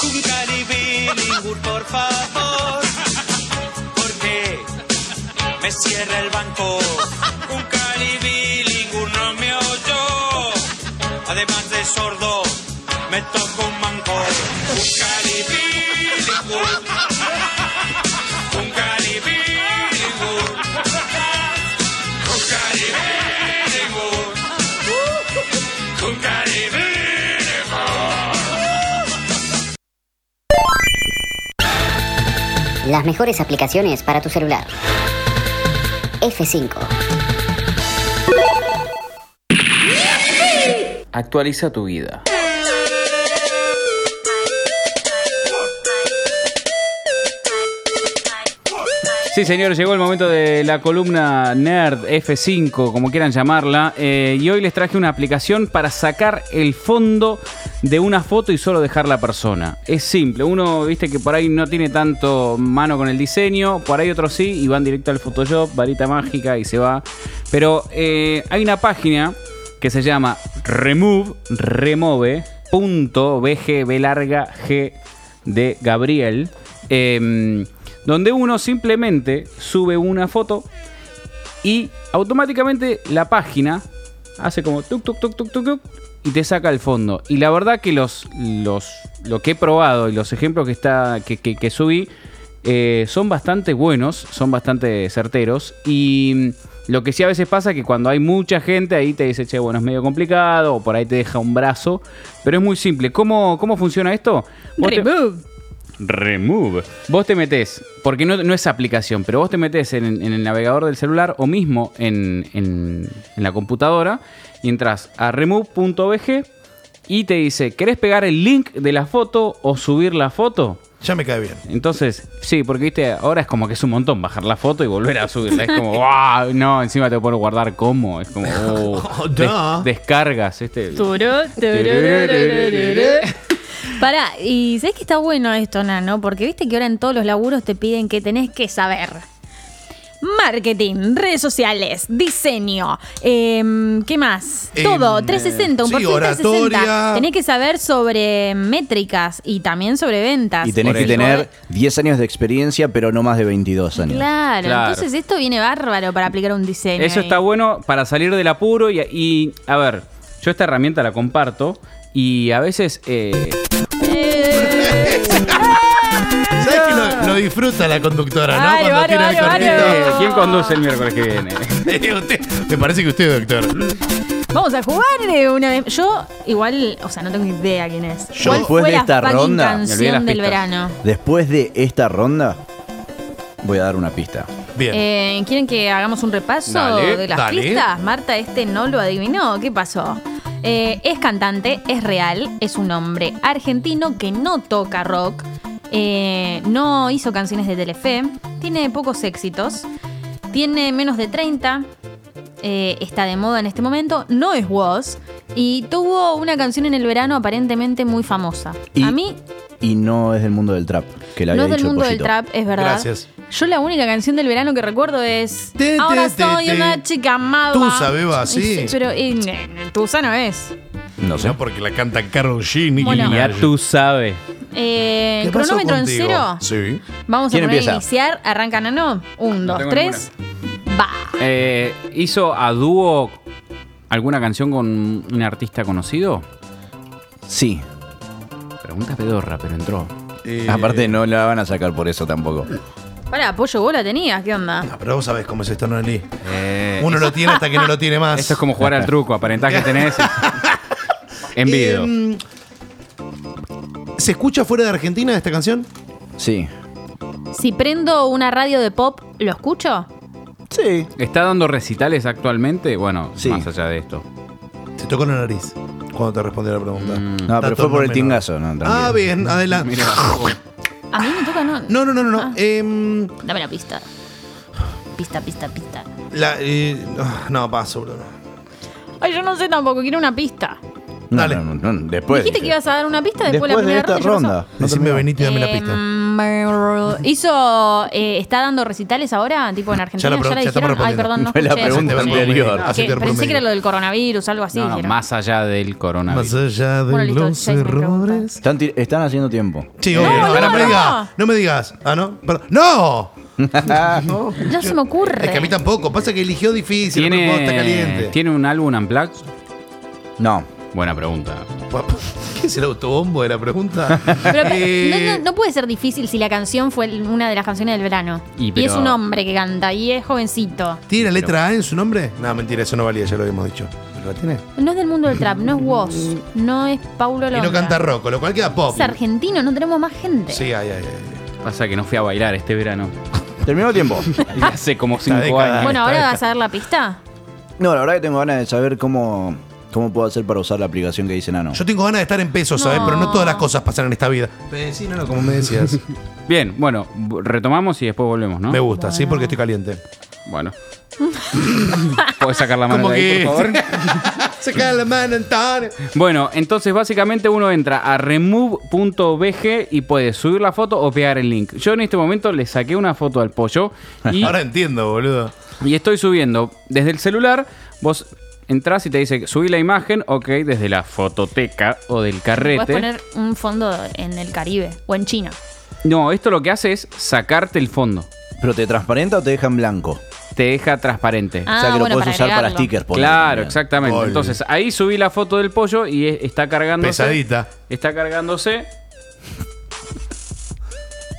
S11: Juncal y Billinghurst, por favor. Porque me cierra el banco. Juncal y Billinghurst no me oyó. Además de sordo, me tocó un manco. Juncal y Billinghurst. Juncal y Billinghurst. Juncal y Billinghurst. Juncal y Billinghurst.
S12: Las mejores aplicaciones para tu celular. F5.
S13: Actualiza tu vida.
S3: Sí, señor, llegó el momento de la columna Nerd F5, como quieran llamarla. eh, y hoy les traje una aplicación para sacar el fondo de una foto y solo dejar la persona. Es simple, uno, viste que por ahí no tiene tanto mano con el diseño, por ahí otros sí, y van directo al Photoshop, varita mágica y se va. Pero eh, hay una página que se llama remove, remove, punto, BGB larga G de Gabriel, em, donde uno simplemente sube una foto y automáticamente la página hace como tuk tuk tuk tuk tuk tuk y te saca el fondo. Y la verdad que los, los lo que he probado y los ejemplos que está que, que- que subí eh, son bastante buenos, son bastante certeros y mm, lo que sí a veces pasa es que cuando hay mucha gente ahí te dice, che, bueno, es medio complicado o por ahí te deja un brazo, pero es muy simple. ¿Cómo, cómo funciona esto? Vos te- Remove. Vos te metés, porque no, no es aplicación, pero vos te metés en, en el navegador del celular o mismo en, en- en la computadora y entras a remove.bg y te dice, ¿querés pegar el link de la foto o subir la foto?
S4: Ya me cae bien.
S3: Entonces, sí, porque viste, ahora es como que es un montón bajar la foto y volver a subirla. Es como, wow, no, encima te puedo guardar como. Es como, oh, des-
S2: duh.
S3: descargas. Este,
S2: Turú, turururururururu. Pará, y sabes que está bueno esto, Nano, porque viste que ahora en todos los laburos te piden que tenés que saber. Marketing, redes sociales, diseño, em, ¿qué más?
S4: Em,
S2: Todo, 360, un
S4: sí,
S2: perfil
S4: oratoria.
S2: 360. Tenés que saber sobre métricas y también sobre ventas.
S5: Y tenés que
S2: Por
S5: tener 10 años de experiencia, pero no más de 22 años.
S2: Claro,
S3: Claro.
S2: entonces esto viene bárbaro para aplicar un diseño.
S3: Eso
S2: ahí.
S3: está bueno para salir del apuro y, y, a ver, yo esta herramienta la comparto y a veces... eh,
S4: ¿Sabes que lo, lo disfruta la conductora, no?
S3: Ay, vale,
S4: tiene el
S3: vale,
S4: cortito.
S3: vale. ¿Quién conduce el miércoles que viene?
S4: Usted- me parece que usted, doctor.
S2: Vamos a jugar de una vez. Yo, igual, o sea, no tengo ni idea quién es.
S5: Yo-
S2: ¿Cuál
S5: Después
S2: fue
S5: de
S2: la
S5: esta
S2: fucking
S5: ronda, me olvidé las
S2: canción del
S5: pistas.
S2: verano.
S5: Después de esta ronda, voy a dar una pista.
S2: Eh, ¿Quieren que hagamos un repaso
S5: Dale,
S2: de las
S5: dale.
S2: pistas? Marta, este no lo adivinó. ¿Qué pasó? Eh, es cantante, es real, es un hombre argentino que no toca rock, eh, no hizo canciones de Telefe, tiene pocos éxitos, tiene menos de 30, eh, está de moda en este momento, no es Woz, Y tuvo una canción en el verano aparentemente muy famosa.
S5: Y-
S2: a mí
S5: Y no es del mundo del trap, que la
S2: no es
S5: había
S2: del
S5: dicho
S2: mundo del
S5: Pollito.
S2: trap, es verdad. Yo la única canción del verano que recuerdo es Ahora
S5: te,
S2: soy
S5: te.
S2: una chica mala.
S4: Tusa, beba, sí.
S2: Pero eh, ne- Tusa no es.
S4: No sé. porque la cantan Carol G, Nicki
S2: Bueno.
S4: Minaj.
S3: Ya tú sabes.
S2: Eh,
S4: ¿Qué pasó
S2: cronómetro en cero.
S4: contigo? Sí.
S2: Vamos a
S3: ¿Quién
S2: poner
S3: empieza?
S2: iniciar. Arranca Nano. Un, dos,
S3: tengo
S2: tres. Va.
S3: Eh, ¿Hizo a dúo alguna canción con un artista conocido?
S5: Sí.
S3: Pregunta pedorra, pero entró.
S4: Eh, Ah,
S5: Aparte, no la van a sacar por eso tampoco.
S2: Para, apoyo, vos la tenías. ¿Qué onda?
S4: ah, Pero vos sabés cómo es esto, Noelí. Uno lo tiene hasta que no lo tiene más.
S3: Eh, Esto es como jugar al truco, aparentás que tenés. Envidio.
S4: Em, ¿Se escucha fuera de Argentina esta canción?
S5: Sí.
S2: Si prendo una radio de pop, ¿lo escucho?
S5: Sí.
S3: ¿Está dando recitales actualmente? Bueno, más allá de esto.
S4: Se tocó la nariz cuando te respondí la pregunta.
S5: No, pero
S4: Datos
S5: fue por el
S4: menores.
S5: tingazo, no,
S4: Ah,
S5: tranquilo.
S4: bien, adelante.
S2: A mí me toca, no.
S4: No, no, no, no. no.
S2: Ah.
S4: Em,
S2: Dame la pista. Pista, pista, pista.
S4: la, eh, ah, no, paso, Bruno.
S2: Ay, yo no sé tampoco, quiero una pista.
S5: No, no, no, no, después.
S2: Dijiste que
S5: dije.
S2: ibas a dar una pista después,
S5: Después de
S2: la primera
S5: esta
S2: ronda. y yo no sé.
S5: ronda. Decime,
S4: venite y dame
S2: Em,
S4: la pista.
S2: Mm, Hizo. eh, ¿Está dando recitales ahora? Tipo en Argentina.
S3: Ya la
S2: Ya,
S3: pre-
S2: la
S3: ya estamos
S2: dijeron. Ay,
S3: respondiendo.
S2: perdón, no
S3: Fue la
S2: escuché. Hacete
S3: pregunta
S2: ver
S3: anterior,
S2: promedio.
S3: hacete
S2: Que
S3: ver
S2: Pensé
S3: promedio.
S2: que era lo del coronavirus, algo así.
S3: No, no,
S2: dijeron.
S3: más allá del coronavirus.
S4: Más allá de
S2: Bueno, listo,
S4: los
S2: ya hice mi
S4: errores.
S5: Están, ti- están haciendo tiempo.
S4: Sí, obvio. No, no me digas. No me digas. Ah, no. Perdón. ¡No! no.
S2: No se me ocurre.
S4: Es que a mí tampoco. Pasa que eligió difícil. el cuerpo está
S3: ¿Tiene,
S4: caliente.
S3: ¿Tiene un álbum en black?
S5: No.
S3: Buena pregunta.
S4: ¿Qué es el autobombo de la pregunta?
S2: Pero, pero,
S4: Eh,
S2: no, no- no puede ser difícil si la canción fue el- una de las canciones del verano.
S4: Y
S2: Y,
S4: pero-
S2: es un hombre que canta y es jovencito.
S4: ¿Tiene la letra A en su nombre? No, mentira, eso no valía, ya lo habíamos dicho. ¿Pero la tiene?
S2: No es del mundo del trap, no es Woz, no es Paulo
S4: Y
S2: Londra.
S4: no canta rock, lo cual queda pop.
S2: Es argentino, no tenemos más gente.
S4: Sí, ay, ay,
S3: Pasa que no fui a bailar este verano.
S5: Terminó el tiempo.
S3: Y hace como cinco
S5: década.
S3: años.
S2: bueno, ahora
S5: está.
S2: vas a ver la pista.
S5: No, la verdad que tengo ganas de saber cómo, cómo puedo hacer para usar la aplicación que dice Nano.
S4: Yo tengo ganas de estar en pesos, ¿sabes? Pero no todas las cosas pasan en esta vida. Eh, Sí, no, no, como me decías.
S3: Bien, bueno, b- retomamos y después volvemos, ¿no?
S4: Me gusta, sí, porque estoy caliente.
S3: Bueno. ¿Puedes sacar la mano
S4: Como
S3: de ahí, por favor?
S4: que- Saca la mano, Antonio.
S3: Bueno, entonces básicamente uno entra a remove.bg y puede subir la foto o pegar el link. Yo en este momento le saqué una foto al pollo y,
S4: Ahora entiendo, boludo.
S3: y estoy subiendo. Desde el celular, vos entras y te dice subí la imagen, ok, desde la fototeca o del
S2: Puedes
S3: carrete.
S2: poner un fondo en el Caribe o en China.
S3: No, esto lo que hace es sacarte el fondo.
S5: ¿Pero te transparenta o te deja en blanco?
S3: Te deja transparente.
S5: Ah, O sea, que lo bueno, podés para usar para agregarlo. stickers, ponele,
S3: Claro,
S5: también.
S3: exactamente.
S5: Ponele.
S3: Entonces, ahí subí la foto del pollo y e- está cargándose.
S4: Pesadita.
S3: Está cargándose.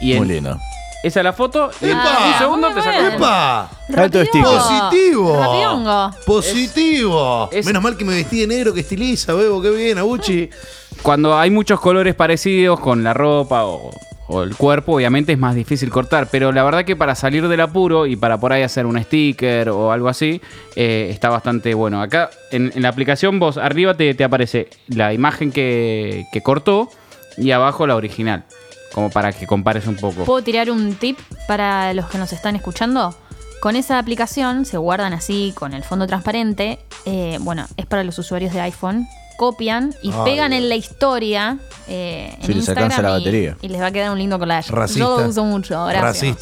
S3: Y en-
S5: Molina.
S3: Esa es la foto. Y en
S4: ¡Epa!
S3: un segundo te sacó.
S4: ¡Epa!
S5: Alto sticker.
S4: ¡Positivo!
S2: Rapiongo.
S4: ¡Positivo! Menos mal que me vestí de negro que estiliza, bebo. Qué bien, Aguchi.
S3: Cuando hay muchos colores parecidos con la ropa o, o el cuerpo, obviamente es más difícil cortar. Pero la verdad que para salir del apuro y para por ahí hacer un sticker o algo así, eh, está bastante bueno. Acá en, en la aplicación vos arriba te, te aparece la imagen que, que cortó y abajo la original. Como para que compares un poco.
S2: ¿Puedo tirar un tip para los que nos están escuchando? Con esa aplicación se guardan así, con el fondo transparente. eh, bueno, es para los usuarios de iPhone. Copian y
S5: Ah,
S2: pegan en la historia. eh, en
S5: Sí, les
S2: Instagram
S5: alcanza la
S2: y-
S5: batería.
S2: Y, les va a quedar un lindo collage.
S3: Racista.
S2: Yo lo uso mucho, gracias.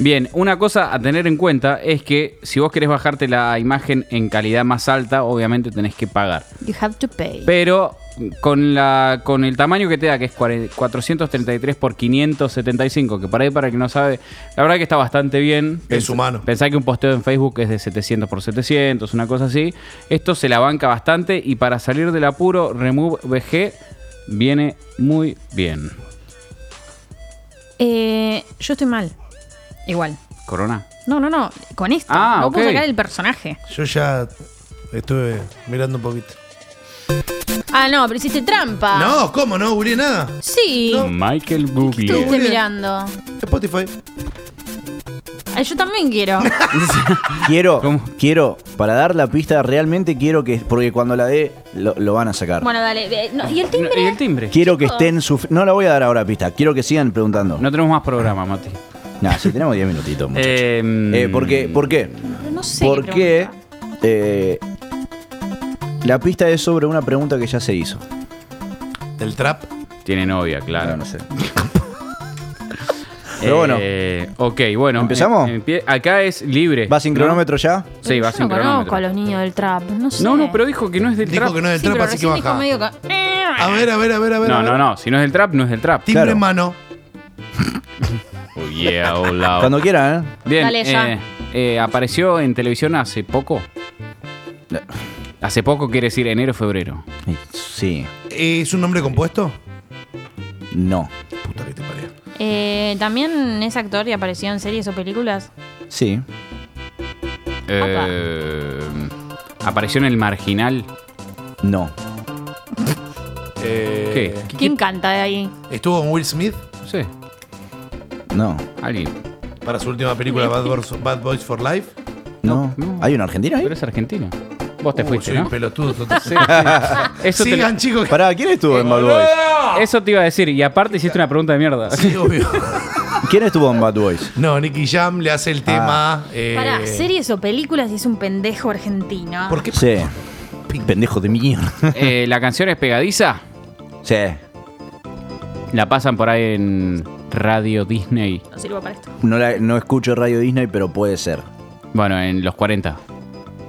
S3: Bien, una cosa a tener en cuenta es que si vos querés bajarte la imagen en calidad más alta, obviamente tenés que pagar.
S2: You have to pay.
S3: Pero con, la, con el tamaño que te da, que es 40 433 por 575, que para ahí para el que no sabe, la verdad que está bastante bien. Es humano. Pensá que un posteo en Facebook es de 700 por 700, una cosa así. Esto se la banca bastante y para salir del apuro, Remove VG viene muy bien.
S2: Eh, yo estoy mal. Igual.
S3: Corona.
S2: No, no, no. Con esto.
S3: Ah,
S2: no puedo
S3: ok.
S2: sacar el personaje.
S4: Yo ya estuve mirando un poquito.
S2: Ah, no, pero hiciste trampa.
S4: Ah. No, ¿cómo? No googleé nada.
S2: Sí.
S3: Michael
S2: Estuviste
S3: Bublé.
S2: mirando.
S4: Spotify.
S2: Ay, Ah, yo también quiero.
S5: Quiero, quiero, para dar la pista, realmente quiero que, porque cuando la dé, lo, lo van a sacar.
S2: bueno, dale. eh, no, ¿Y el timbre?
S3: timbre?
S5: Quiero que estén su... No la voy a dar ahora pista, quiero que sigan preguntando.
S3: No tenemos más programa, Mati.
S5: No, sí, tenemos 10 minutitos. muchachos.
S3: Eh,
S5: Eh, ¿por, qué? ¿Por qué?
S2: No sé.
S5: ¿Por
S2: qué
S5: qué eh, La pista es sobre una pregunta que ya se hizo.
S4: ¿Del trap?
S3: Tiene novia, claro. No,
S5: sé. Pero bueno.
S3: Eh, ok, bueno.
S5: ¿Empezamos?
S3: Eh, empie- acá es libre.
S5: ¿Va sin
S3: ¿no?
S5: cronómetro ya?
S3: Sí, va
S2: Yo no conozco
S3: sin cronómetro.
S2: a los eh, niños del trap. No sé.
S3: No, no, pero dijo que no es del
S4: Dijo
S3: trap.
S4: que no es del
S2: Sí,
S4: trap,
S2: pero
S4: así que
S2: recién dijo
S4: baja.
S2: medio que-
S4: A ver, a ver, a ver, a ver. a
S3: No,
S4: ver.
S3: no, no. Si no es del trap, no es del trap.
S4: Timbre en
S3: Claro.
S4: mano.
S3: Oh, yeah, oh, lao.
S5: Cuando quieran, ¿eh?
S3: Bien,
S2: Dale, ya.
S3: eh, eh, apareció en televisión hace poco. Hace poco quiere decir enero, febrero.
S5: Sí.
S4: ¿Es un nombre compuesto?
S5: No.
S4: Puta que te parió.
S2: Eh, También es actor y apareció en series o películas.
S5: Sí.
S3: Eh, apareció en el marginal.
S5: No.
S3: ¿Qué?
S2: ¿Quién canta de ahí?
S4: Eh, ¿Estuvo con Will Smith
S3: Sí,
S5: No.
S3: alguien.
S4: para su última película Bad Boys, Bad Boys for Life?
S5: No. ¿Hay una argentina ahí?
S3: Pero es argentino. Vos te
S4: Uy,
S3: fuiste,
S4: Uh, soy
S3: ¿no?
S4: un pelotudo. total.
S3: Eso te-
S4: Oh, Sigan, chicos.
S5: Pará, ¿quién estuvo en Bad Boys?
S3: Eso te iba a decir. Y aparte hiciste una pregunta de mierda.
S4: Sí, obvio.
S5: ¿Quién estuvo en Bad Boys?
S4: No, Nicky Jam le hace el tema. eh,
S2: Para series o películas y es un pendejo argentino.
S4: ¿Por qué?
S5: Sí. Pendejo de mierda.
S3: Eh, la canción es pegadiza.
S5: Sí.
S3: La pasan por ahí en Radio Disney.
S2: No sirvo para esto.
S5: No, la- no escucho Radio Disney, pero puede ser.
S3: Bueno, en los 40.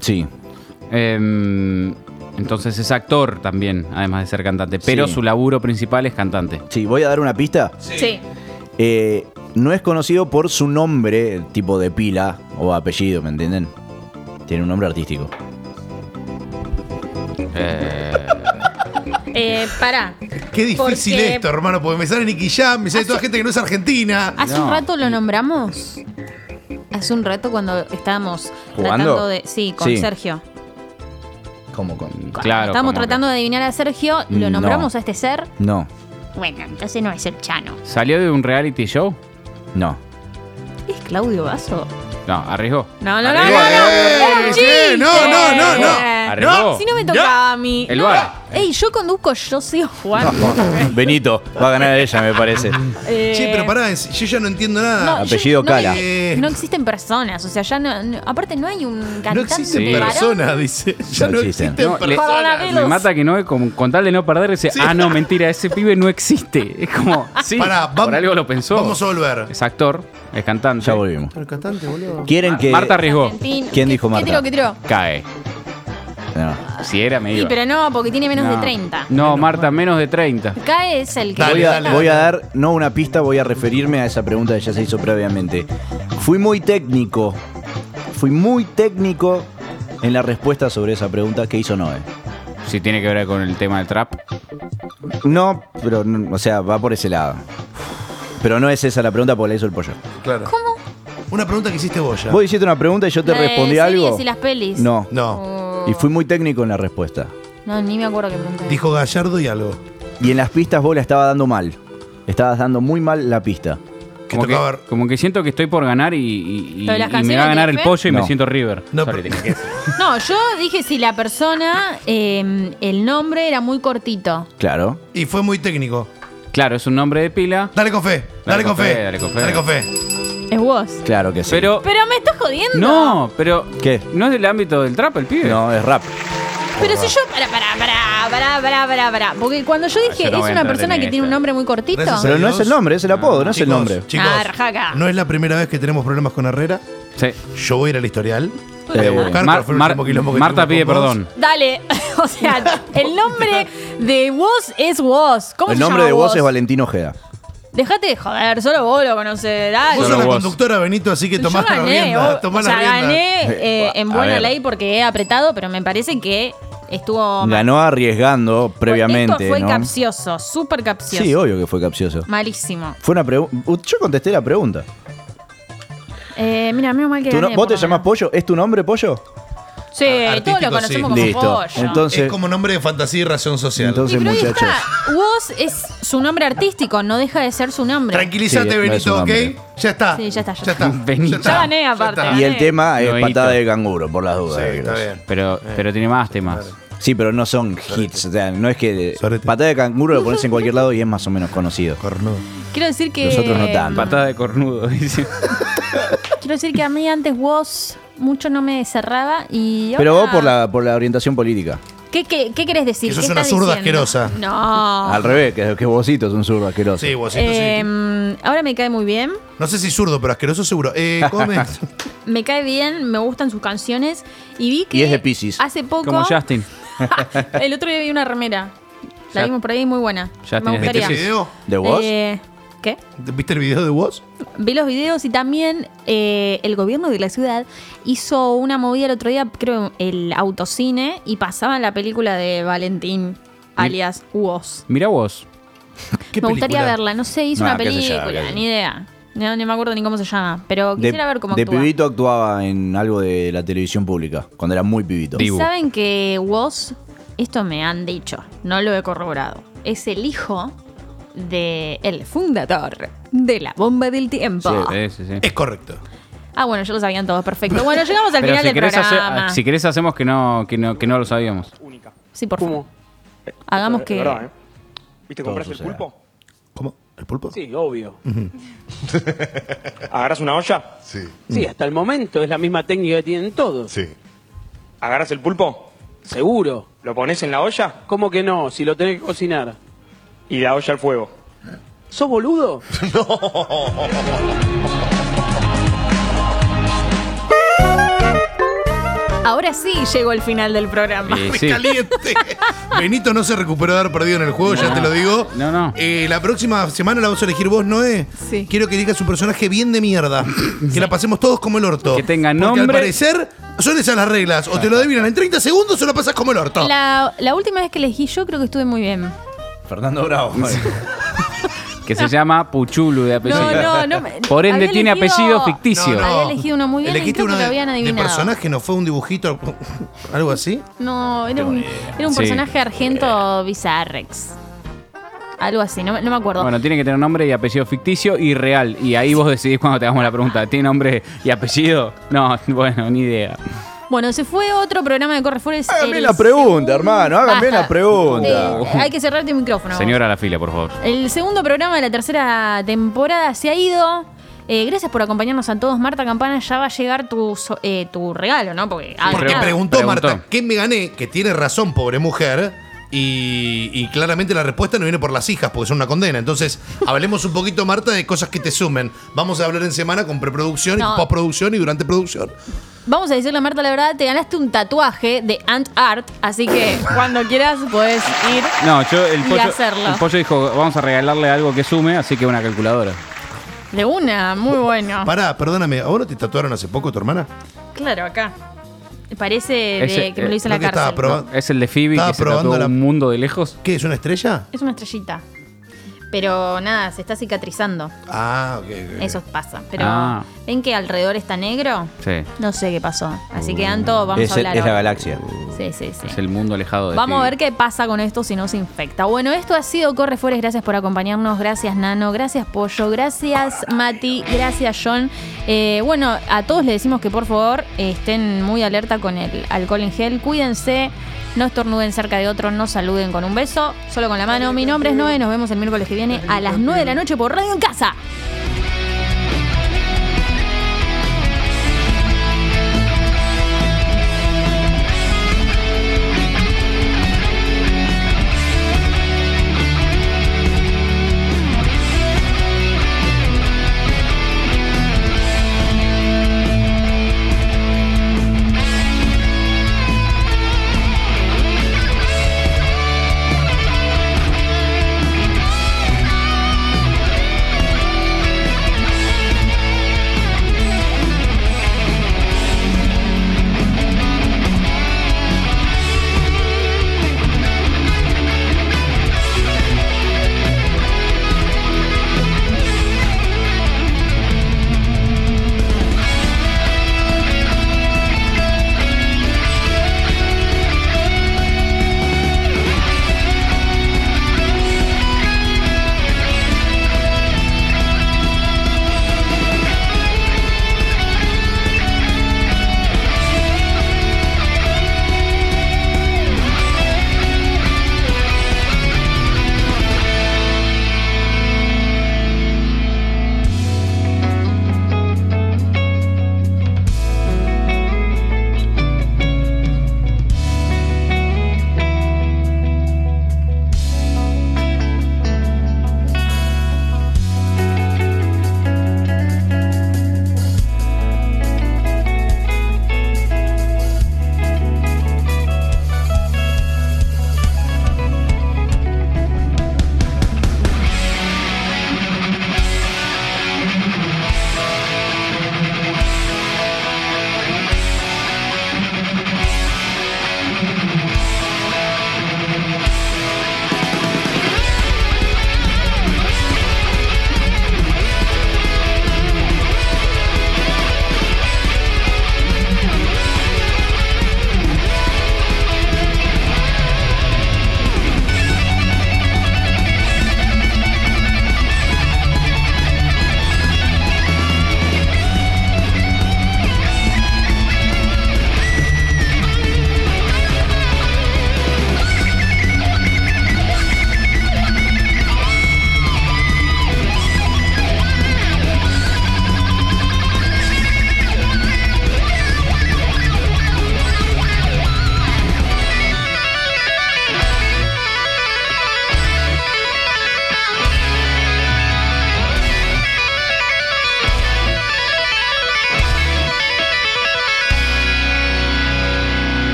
S5: Sí.
S3: Em, entonces es actor también, además de ser cantante. Pero
S5: Sí.
S3: su laburo principal es cantante.
S5: Sí, voy a dar una pista.
S2: Sí.
S5: Eh, no es conocido por su nombre, tipo de pila o apellido, ¿me entienden? Tiene un nombre artístico.
S2: Eh, pará.
S4: Qué difícil
S2: Porque-
S4: esto, hermano, porque me sale Nicky Jam, me sale toda gente que no es argentina.
S2: Hace un rato lo nombramos. Hace un rato cuando estábamos
S5: ¿Jugando?
S2: tratando de. Sí, con
S5: Sí.
S2: Sergio.
S5: ¿Cómo? Con?
S2: Cuando
S3: Claro.
S2: estábamos
S3: como que-
S2: tratando de adivinar a Sergio, lo
S5: No.
S2: nombramos a este ser.
S5: No,
S2: Bueno, entonces no es el Chano.
S3: ¿Salió de un reality show?
S5: no.
S2: ¿Es Claudio Vaso?
S3: No, arriesgó.
S2: No, no, no, no,
S3: Arriesgó,
S2: no.
S3: arriesgó.
S2: era un
S4: sí,
S2: chiste.
S4: no, no, no, no.
S3: Arriesgó.
S2: Si no me tocaba a mí.
S3: El
S2: No.
S3: bar.
S2: Ey, yo conduzco, yo sigo jugando.
S5: Benito, va a ganar ella, me parece.
S2: Eh,
S4: Che, pero pará, es- yo ya no entiendo
S2: no,
S4: nada.
S2: yo-
S5: Apellido
S2: no
S5: Cala.
S2: hay- No, existen personas, o sea, ya no, no- Aparte, no hay un cantante.
S4: No existen
S3: Sí.
S4: personas, dice. Ya
S5: No
S4: no
S5: existen.
S4: existen
S3: No, le-
S4: personas.
S3: Me mata que no, es como, con tal de no perder, ese. Ah, no, mentira, ese pibe no existe. Es como, sí,
S4: Pará,
S3: por
S4: vam-
S3: algo lo pensó.
S4: Vamos a volver.
S3: Es actor, es cantante.
S5: Ya volvimos.
S4: El cantante, boludo.
S5: ¿Quieren que.?
S3: Marta arriesgó.
S2: Argentino.
S5: ¿Quién
S2: ¿Qué-
S5: dijo Marta?
S2: ¿Qué tiró, qué tiró?
S3: Cae.
S5: No.
S3: Si era, me
S2: Sí,
S3: iba.
S2: pero no, porque tiene menos de
S3: No.
S2: 30.
S3: No, Marta, menos de 30.
S2: Cae es el que.
S4: Dale,
S5: voy, a,
S4: dale,
S5: voy a dar, no una pista, voy a referirme a esa pregunta que ya se hizo previamente. Fui muy técnico. Fui muy técnico en la respuesta sobre esa pregunta que hizo Noé.
S3: Si tiene que ver con el tema del trap.
S5: No, pero, no- o sea, va por ese lado. Pero no es esa la pregunta porque la hizo el pollo.
S4: Claro. ¿Cómo? Una pregunta que hiciste vos ya.
S5: Vos hiciste una pregunta y yo te
S2: La de
S5: respondí
S2: series
S5: algo.
S2: y Eh, las pelis. Oh.
S5: No.
S4: No.
S5: Y fui muy técnico en la respuesta.
S2: No, ni me acuerdo qué pregunté.
S4: Dijo Gallardo y algo.
S5: Y en las pistas vos la estaba dando mal. Estabas dando muy mal la pista.
S4: Que
S3: Como que,
S4: tocaba.
S3: como que siento que estoy por ganar y, y- y-
S2: Pero las
S3: y me
S2: canciones
S3: va a ganar el
S2: tenés fe?
S3: pollo y me
S5: No.
S3: siento River.
S4: No,
S3: Sorry,
S4: pero-
S3: te-
S2: No, yo dije si la persona, eh, el nombre era muy cortito.
S5: Claro.
S4: Y fue muy técnico.
S3: Claro, es un nombre de pila.
S4: Dale con fe. Dale, con fe. Dale con fe.
S2: Es vos.
S5: Claro que sí.
S3: Pero.
S2: Pero me estás jodiendo.
S3: No, pero.
S5: ¿Qué?
S3: No es del ámbito del trap el pibe.
S5: No, es rap.
S2: Pero si yo. Pará, pará, pará, pará, pará, pará, pará. Porque cuando yo
S5: Ah,
S2: dije
S3: Yo no
S2: es
S3: voy a
S2: una
S3: entrar
S2: persona
S3: en
S2: que tiene un
S3: esta.
S2: nombre muy cortito.
S4: Gracias a-
S5: Pero no es el nombre, es el apodo, no es el
S4: Chicos,
S5: nombre.
S4: Chicos,
S2: Ah, rajaca.
S4: no es la primera vez que tenemos problemas con Herrera.
S3: Sí.
S4: Yo voy a ir al historial. Voy
S5: Eh,
S4: a buscar
S3: Mar-
S4: cuál fue el
S3: Mar-
S4: último quilombo que
S3: Marta pide
S4: tuvimos con vos.
S3: perdón.
S2: Dale, o sea, el nombre de vos es vos. ¿Cómo
S5: El
S2: se
S5: nombre
S2: llama
S5: de vos es Valentino Ojeda.
S2: Dejate de joder, solo vos lo conocés. Dale.
S4: Vos
S3: Solo
S4: sos la
S3: vos.
S4: conductora, Benito, así que
S2: Yo
S4: tomás la
S2: gané,
S4: rienda.
S2: o-
S4: tomá
S2: o sea,
S4: la rienda.
S2: gané eh, en
S5: A
S2: buena
S5: ver.
S2: ley porque he apretado, pero me parece que estuvo mal.
S5: Ganó arriesgando previamente.
S2: Esto fue
S5: ¿no?
S2: capcioso, súper capcioso.
S5: Sí, obvio que fue capcioso.
S2: Malísimo.
S5: Fue una pregunta. Yo contesté la pregunta.
S2: Eh, mira, menos mal que
S5: Tu no-
S2: gané,
S5: ¿Vos
S2: por
S5: te
S2: lo
S5: llamás
S2: menos.
S5: Pollo? ¿Es tu nombre Pollo?
S2: Sí,
S4: Artístico,
S2: todos lo conocemos
S4: sí.
S2: como
S5: Listo.
S2: Pollo.
S5: Entonces-
S4: Es como nombre de fantasía y razón social.
S5: Entonces,
S2: y pero ahí
S5: muchachos.
S2: está, Woz es su nombre artístico, no deja de ser su nombre.
S4: Tranquilízate,
S5: Sí, no es un
S4: Benito, ¿ok?
S5: nombre.
S4: Ya está.
S2: Sí, ya está, ya
S4: Ya
S2: está.
S4: está.
S3: Vení.
S2: Ya gané, aparte.
S4: está.
S5: Y el tema es
S3: Lo edito.
S5: patada de canguro, por las dudas.
S4: Sí,
S5: creo.
S4: está bien.
S3: Pero, pero tiene más temas.
S5: Sí, pero no son hits. O sea, no es que.
S4: Sorete.
S5: Patada de canguro lo pones en cualquier lado y es más o menos conocido.
S4: Cornudo.
S2: Quiero decir que.
S5: Nosotros no tanto.
S3: Patada de cornudo, dice.
S2: Quiero decir que a mí antes Woz mucho no me cerraba y.
S5: Pero
S2: ahora-
S5: vos por la, por la orientación política.
S2: ¿Qué, qué, qué querés decir?
S5: Que sos
S2: ¿Qué
S5: una
S2: estás
S5: zurda
S2: diciendo?
S5: asquerosa.
S2: No.
S5: Al revés, que, que vosito es un zurdo asqueroso.
S4: Sí, vosito
S2: Em, ahora me cae muy bien.
S4: No sé si zurdo, pero asqueroso seguro. Eh, come.
S2: Me cae bien, me gustan sus canciones. Y vi que.
S4: Y es de Piscis.
S2: Hace poco.
S4: Como Justin.
S2: el otro día vi una remera. La
S4: Ya- este
S2: vimos por ahí, muy buena.
S4: Justin
S2: me
S4: es de
S2: gustaría.
S4: Piscis. ¿Viste el video? ¿De Woz?
S2: Eh, ¿Qué?
S4: ¿Viste el video de vos?
S2: Vi los videos y también eh, el gobierno de la ciudad hizo una movida el otro día, creo, el autocine y pasaban la película de Valentín, alias Woz.
S3: Mirá vos.
S2: Me gustaría verla, no sé, hizo
S5: Nah,
S2: una
S5: qué sé yo,
S2: película,
S5: qué sé yo.
S2: ni idea. No, ni me acuerdo ni cómo se llama, pero
S5: De,
S2: quisiera ver cómo
S5: de
S2: actúa.
S5: pibito actuaba en algo de la televisión pública, cuando era muy pibito.
S2: Y saben que Woz, esto me han dicho, no lo he corroborado, es el hijo de el fundador de la bomba del tiempo.
S5: eh.
S4: Es correcto.
S2: Ah, bueno, ya lo sabían todos, perfecto. Bueno, llegamos al
S3: Pero
S2: final
S3: si
S2: del
S3: querés, hace-
S5: ah,
S2: programa.
S3: si querés hacemos que no, que no, que no lo sabíamos.
S2: Sí, por favor. Hagamos
S13: De
S2: que.
S13: verdad, ¿eh? ¿Viste,
S3: Todo
S13: compraste el
S3: sucede.
S13: pulpo?
S4: ¿Cómo? ¿El pulpo?
S13: Sí, obvio. ¿Agarras una olla? Sí. Sí, hasta el momento es la misma técnica que tienen todos. Sí. ¿Agarras el pulpo? Seguro. ¿Lo pones en la olla? ¿Cómo que no? Si lo tenés que cocinar. Y la olla al fuego. ¿Sos boludo?
S2: Ahora sí llegó el final del programa.
S4: Eh, sí. Caliente. Benito no se recuperó de haber perdido en el juego, ya
S3: No.
S4: te lo digo. No, no. la próxima semana la vas a elegir vos, Noé.
S2: Sí.
S4: Quiero que digas un personaje bien de mierda. Que la pasemos todos como el orto. Que tenga
S3: nombre.
S4: al parecer son esas las reglas. O te lo adivinan en 30 segundos o la pasas como el orto.
S2: La, la última vez que elegí yo creo que estuve muy bien.
S5: Fernando Bravo.
S3: que se llama Puchulu de apellido.
S2: No, no, no. me-
S3: Por ende
S2: había
S3: tiene
S2: elegido-
S3: apellido ficticio.
S4: No, no.
S2: Había elegido uno muy bien y
S4: ¿Elegiste
S2: creo que
S4: uno
S2: lo
S4: de,
S2: habían
S4: de
S2: adivinado.
S4: personaje? ¿No fue un dibujito? ¿Algo así?
S2: No, era un, era un
S3: Sí.
S2: personaje argento bizarrex. Algo así, no, me- no me acuerdo.
S3: Bueno, tiene que tener nombre y apellido ficticio y real. Y ahí vos decidís cuando te hagamos la pregunta. ¿Tiene nombre y apellido? No, bueno, ni idea.
S2: Bueno, se fue otro programa de Correfuertes.
S5: Hágame la pregunta, hermano, hágame
S2: Basta. Eh,
S5: la pregunta.
S2: hay que cerrar tu micrófono.
S3: Señora a la fila, por favor.
S2: El segundo programa de la tercera temporada se ha ido. Eh, gracias por acompañarnos a todos. Marta Campana, ya va a llegar tu, so- eh, tu regalo, ¿no? Porque, ah,
S4: Porque
S2: nada.
S4: preguntó, Marta, ¿qué me gané? Que tiene razón, pobre mujer. Y, y claramente la respuesta no viene por las hijas, porque son una condena. Entonces, hablemos un poquito, Marta, de cosas que te sumen. Vamos a hablar en semana con preproducción,
S2: No.
S4: y postproducción y durante producción.
S2: Vamos a decirle a Marta la verdad, te ganaste un tatuaje de Ant Art, así que cuando quieras puedes ir.
S3: No, yo el
S2: Y
S3: pollo,
S2: hacerlo.
S3: el pollo dijo, vamos a regalarle algo que sume, así que una calculadora.
S2: De una, muy bueno.
S4: Pará, perdóname, ¿a vos no te tatuaron hace poco tu hermana?
S2: Claro, acá. Parece de que me lo hizo en la
S4: Creo que
S2: cárcel.
S4: eh, estaba proba-
S3: Es el de Phoebe
S4: Estaba
S3: que se
S4: probando
S3: tatuó
S4: la-
S3: un mundo de lejos.
S4: ¿Qué, es una estrella?
S2: Es una estrellita. Pero nada, se está cicatrizando.
S4: Ah, ok. ok.
S2: Eso pasa. Pero
S5: Ah.
S2: ven que alrededor está negro.
S3: Sí.
S2: No sé qué pasó. Así
S4: Uh.
S2: que Anto, vamos
S5: es,
S2: a
S5: el-
S2: hablar.
S5: es la
S2: ahora.
S5: galaxia.
S2: Sí, sí, sí.
S3: Es el mundo alejado de
S2: Vamos a
S3: Phoebe.
S2: ver qué pasa con esto si no se infecta. Bueno, esto ha sido Corre Fueres. Gracias por acompañarnos. Gracias, Nano. Gracias, Pollo. Gracias, Mati. Gracias, John. Eh, bueno, a todos les decimos que por favor eh, estén muy alerta con el alcohol en gel. Cuídense. No estornuden cerca de otro. No saluden con un beso. Solo con la mano. Mi nombre es Noé. Nos vemos el miércoles que viene a las 9 de la noche por Radio en Casa.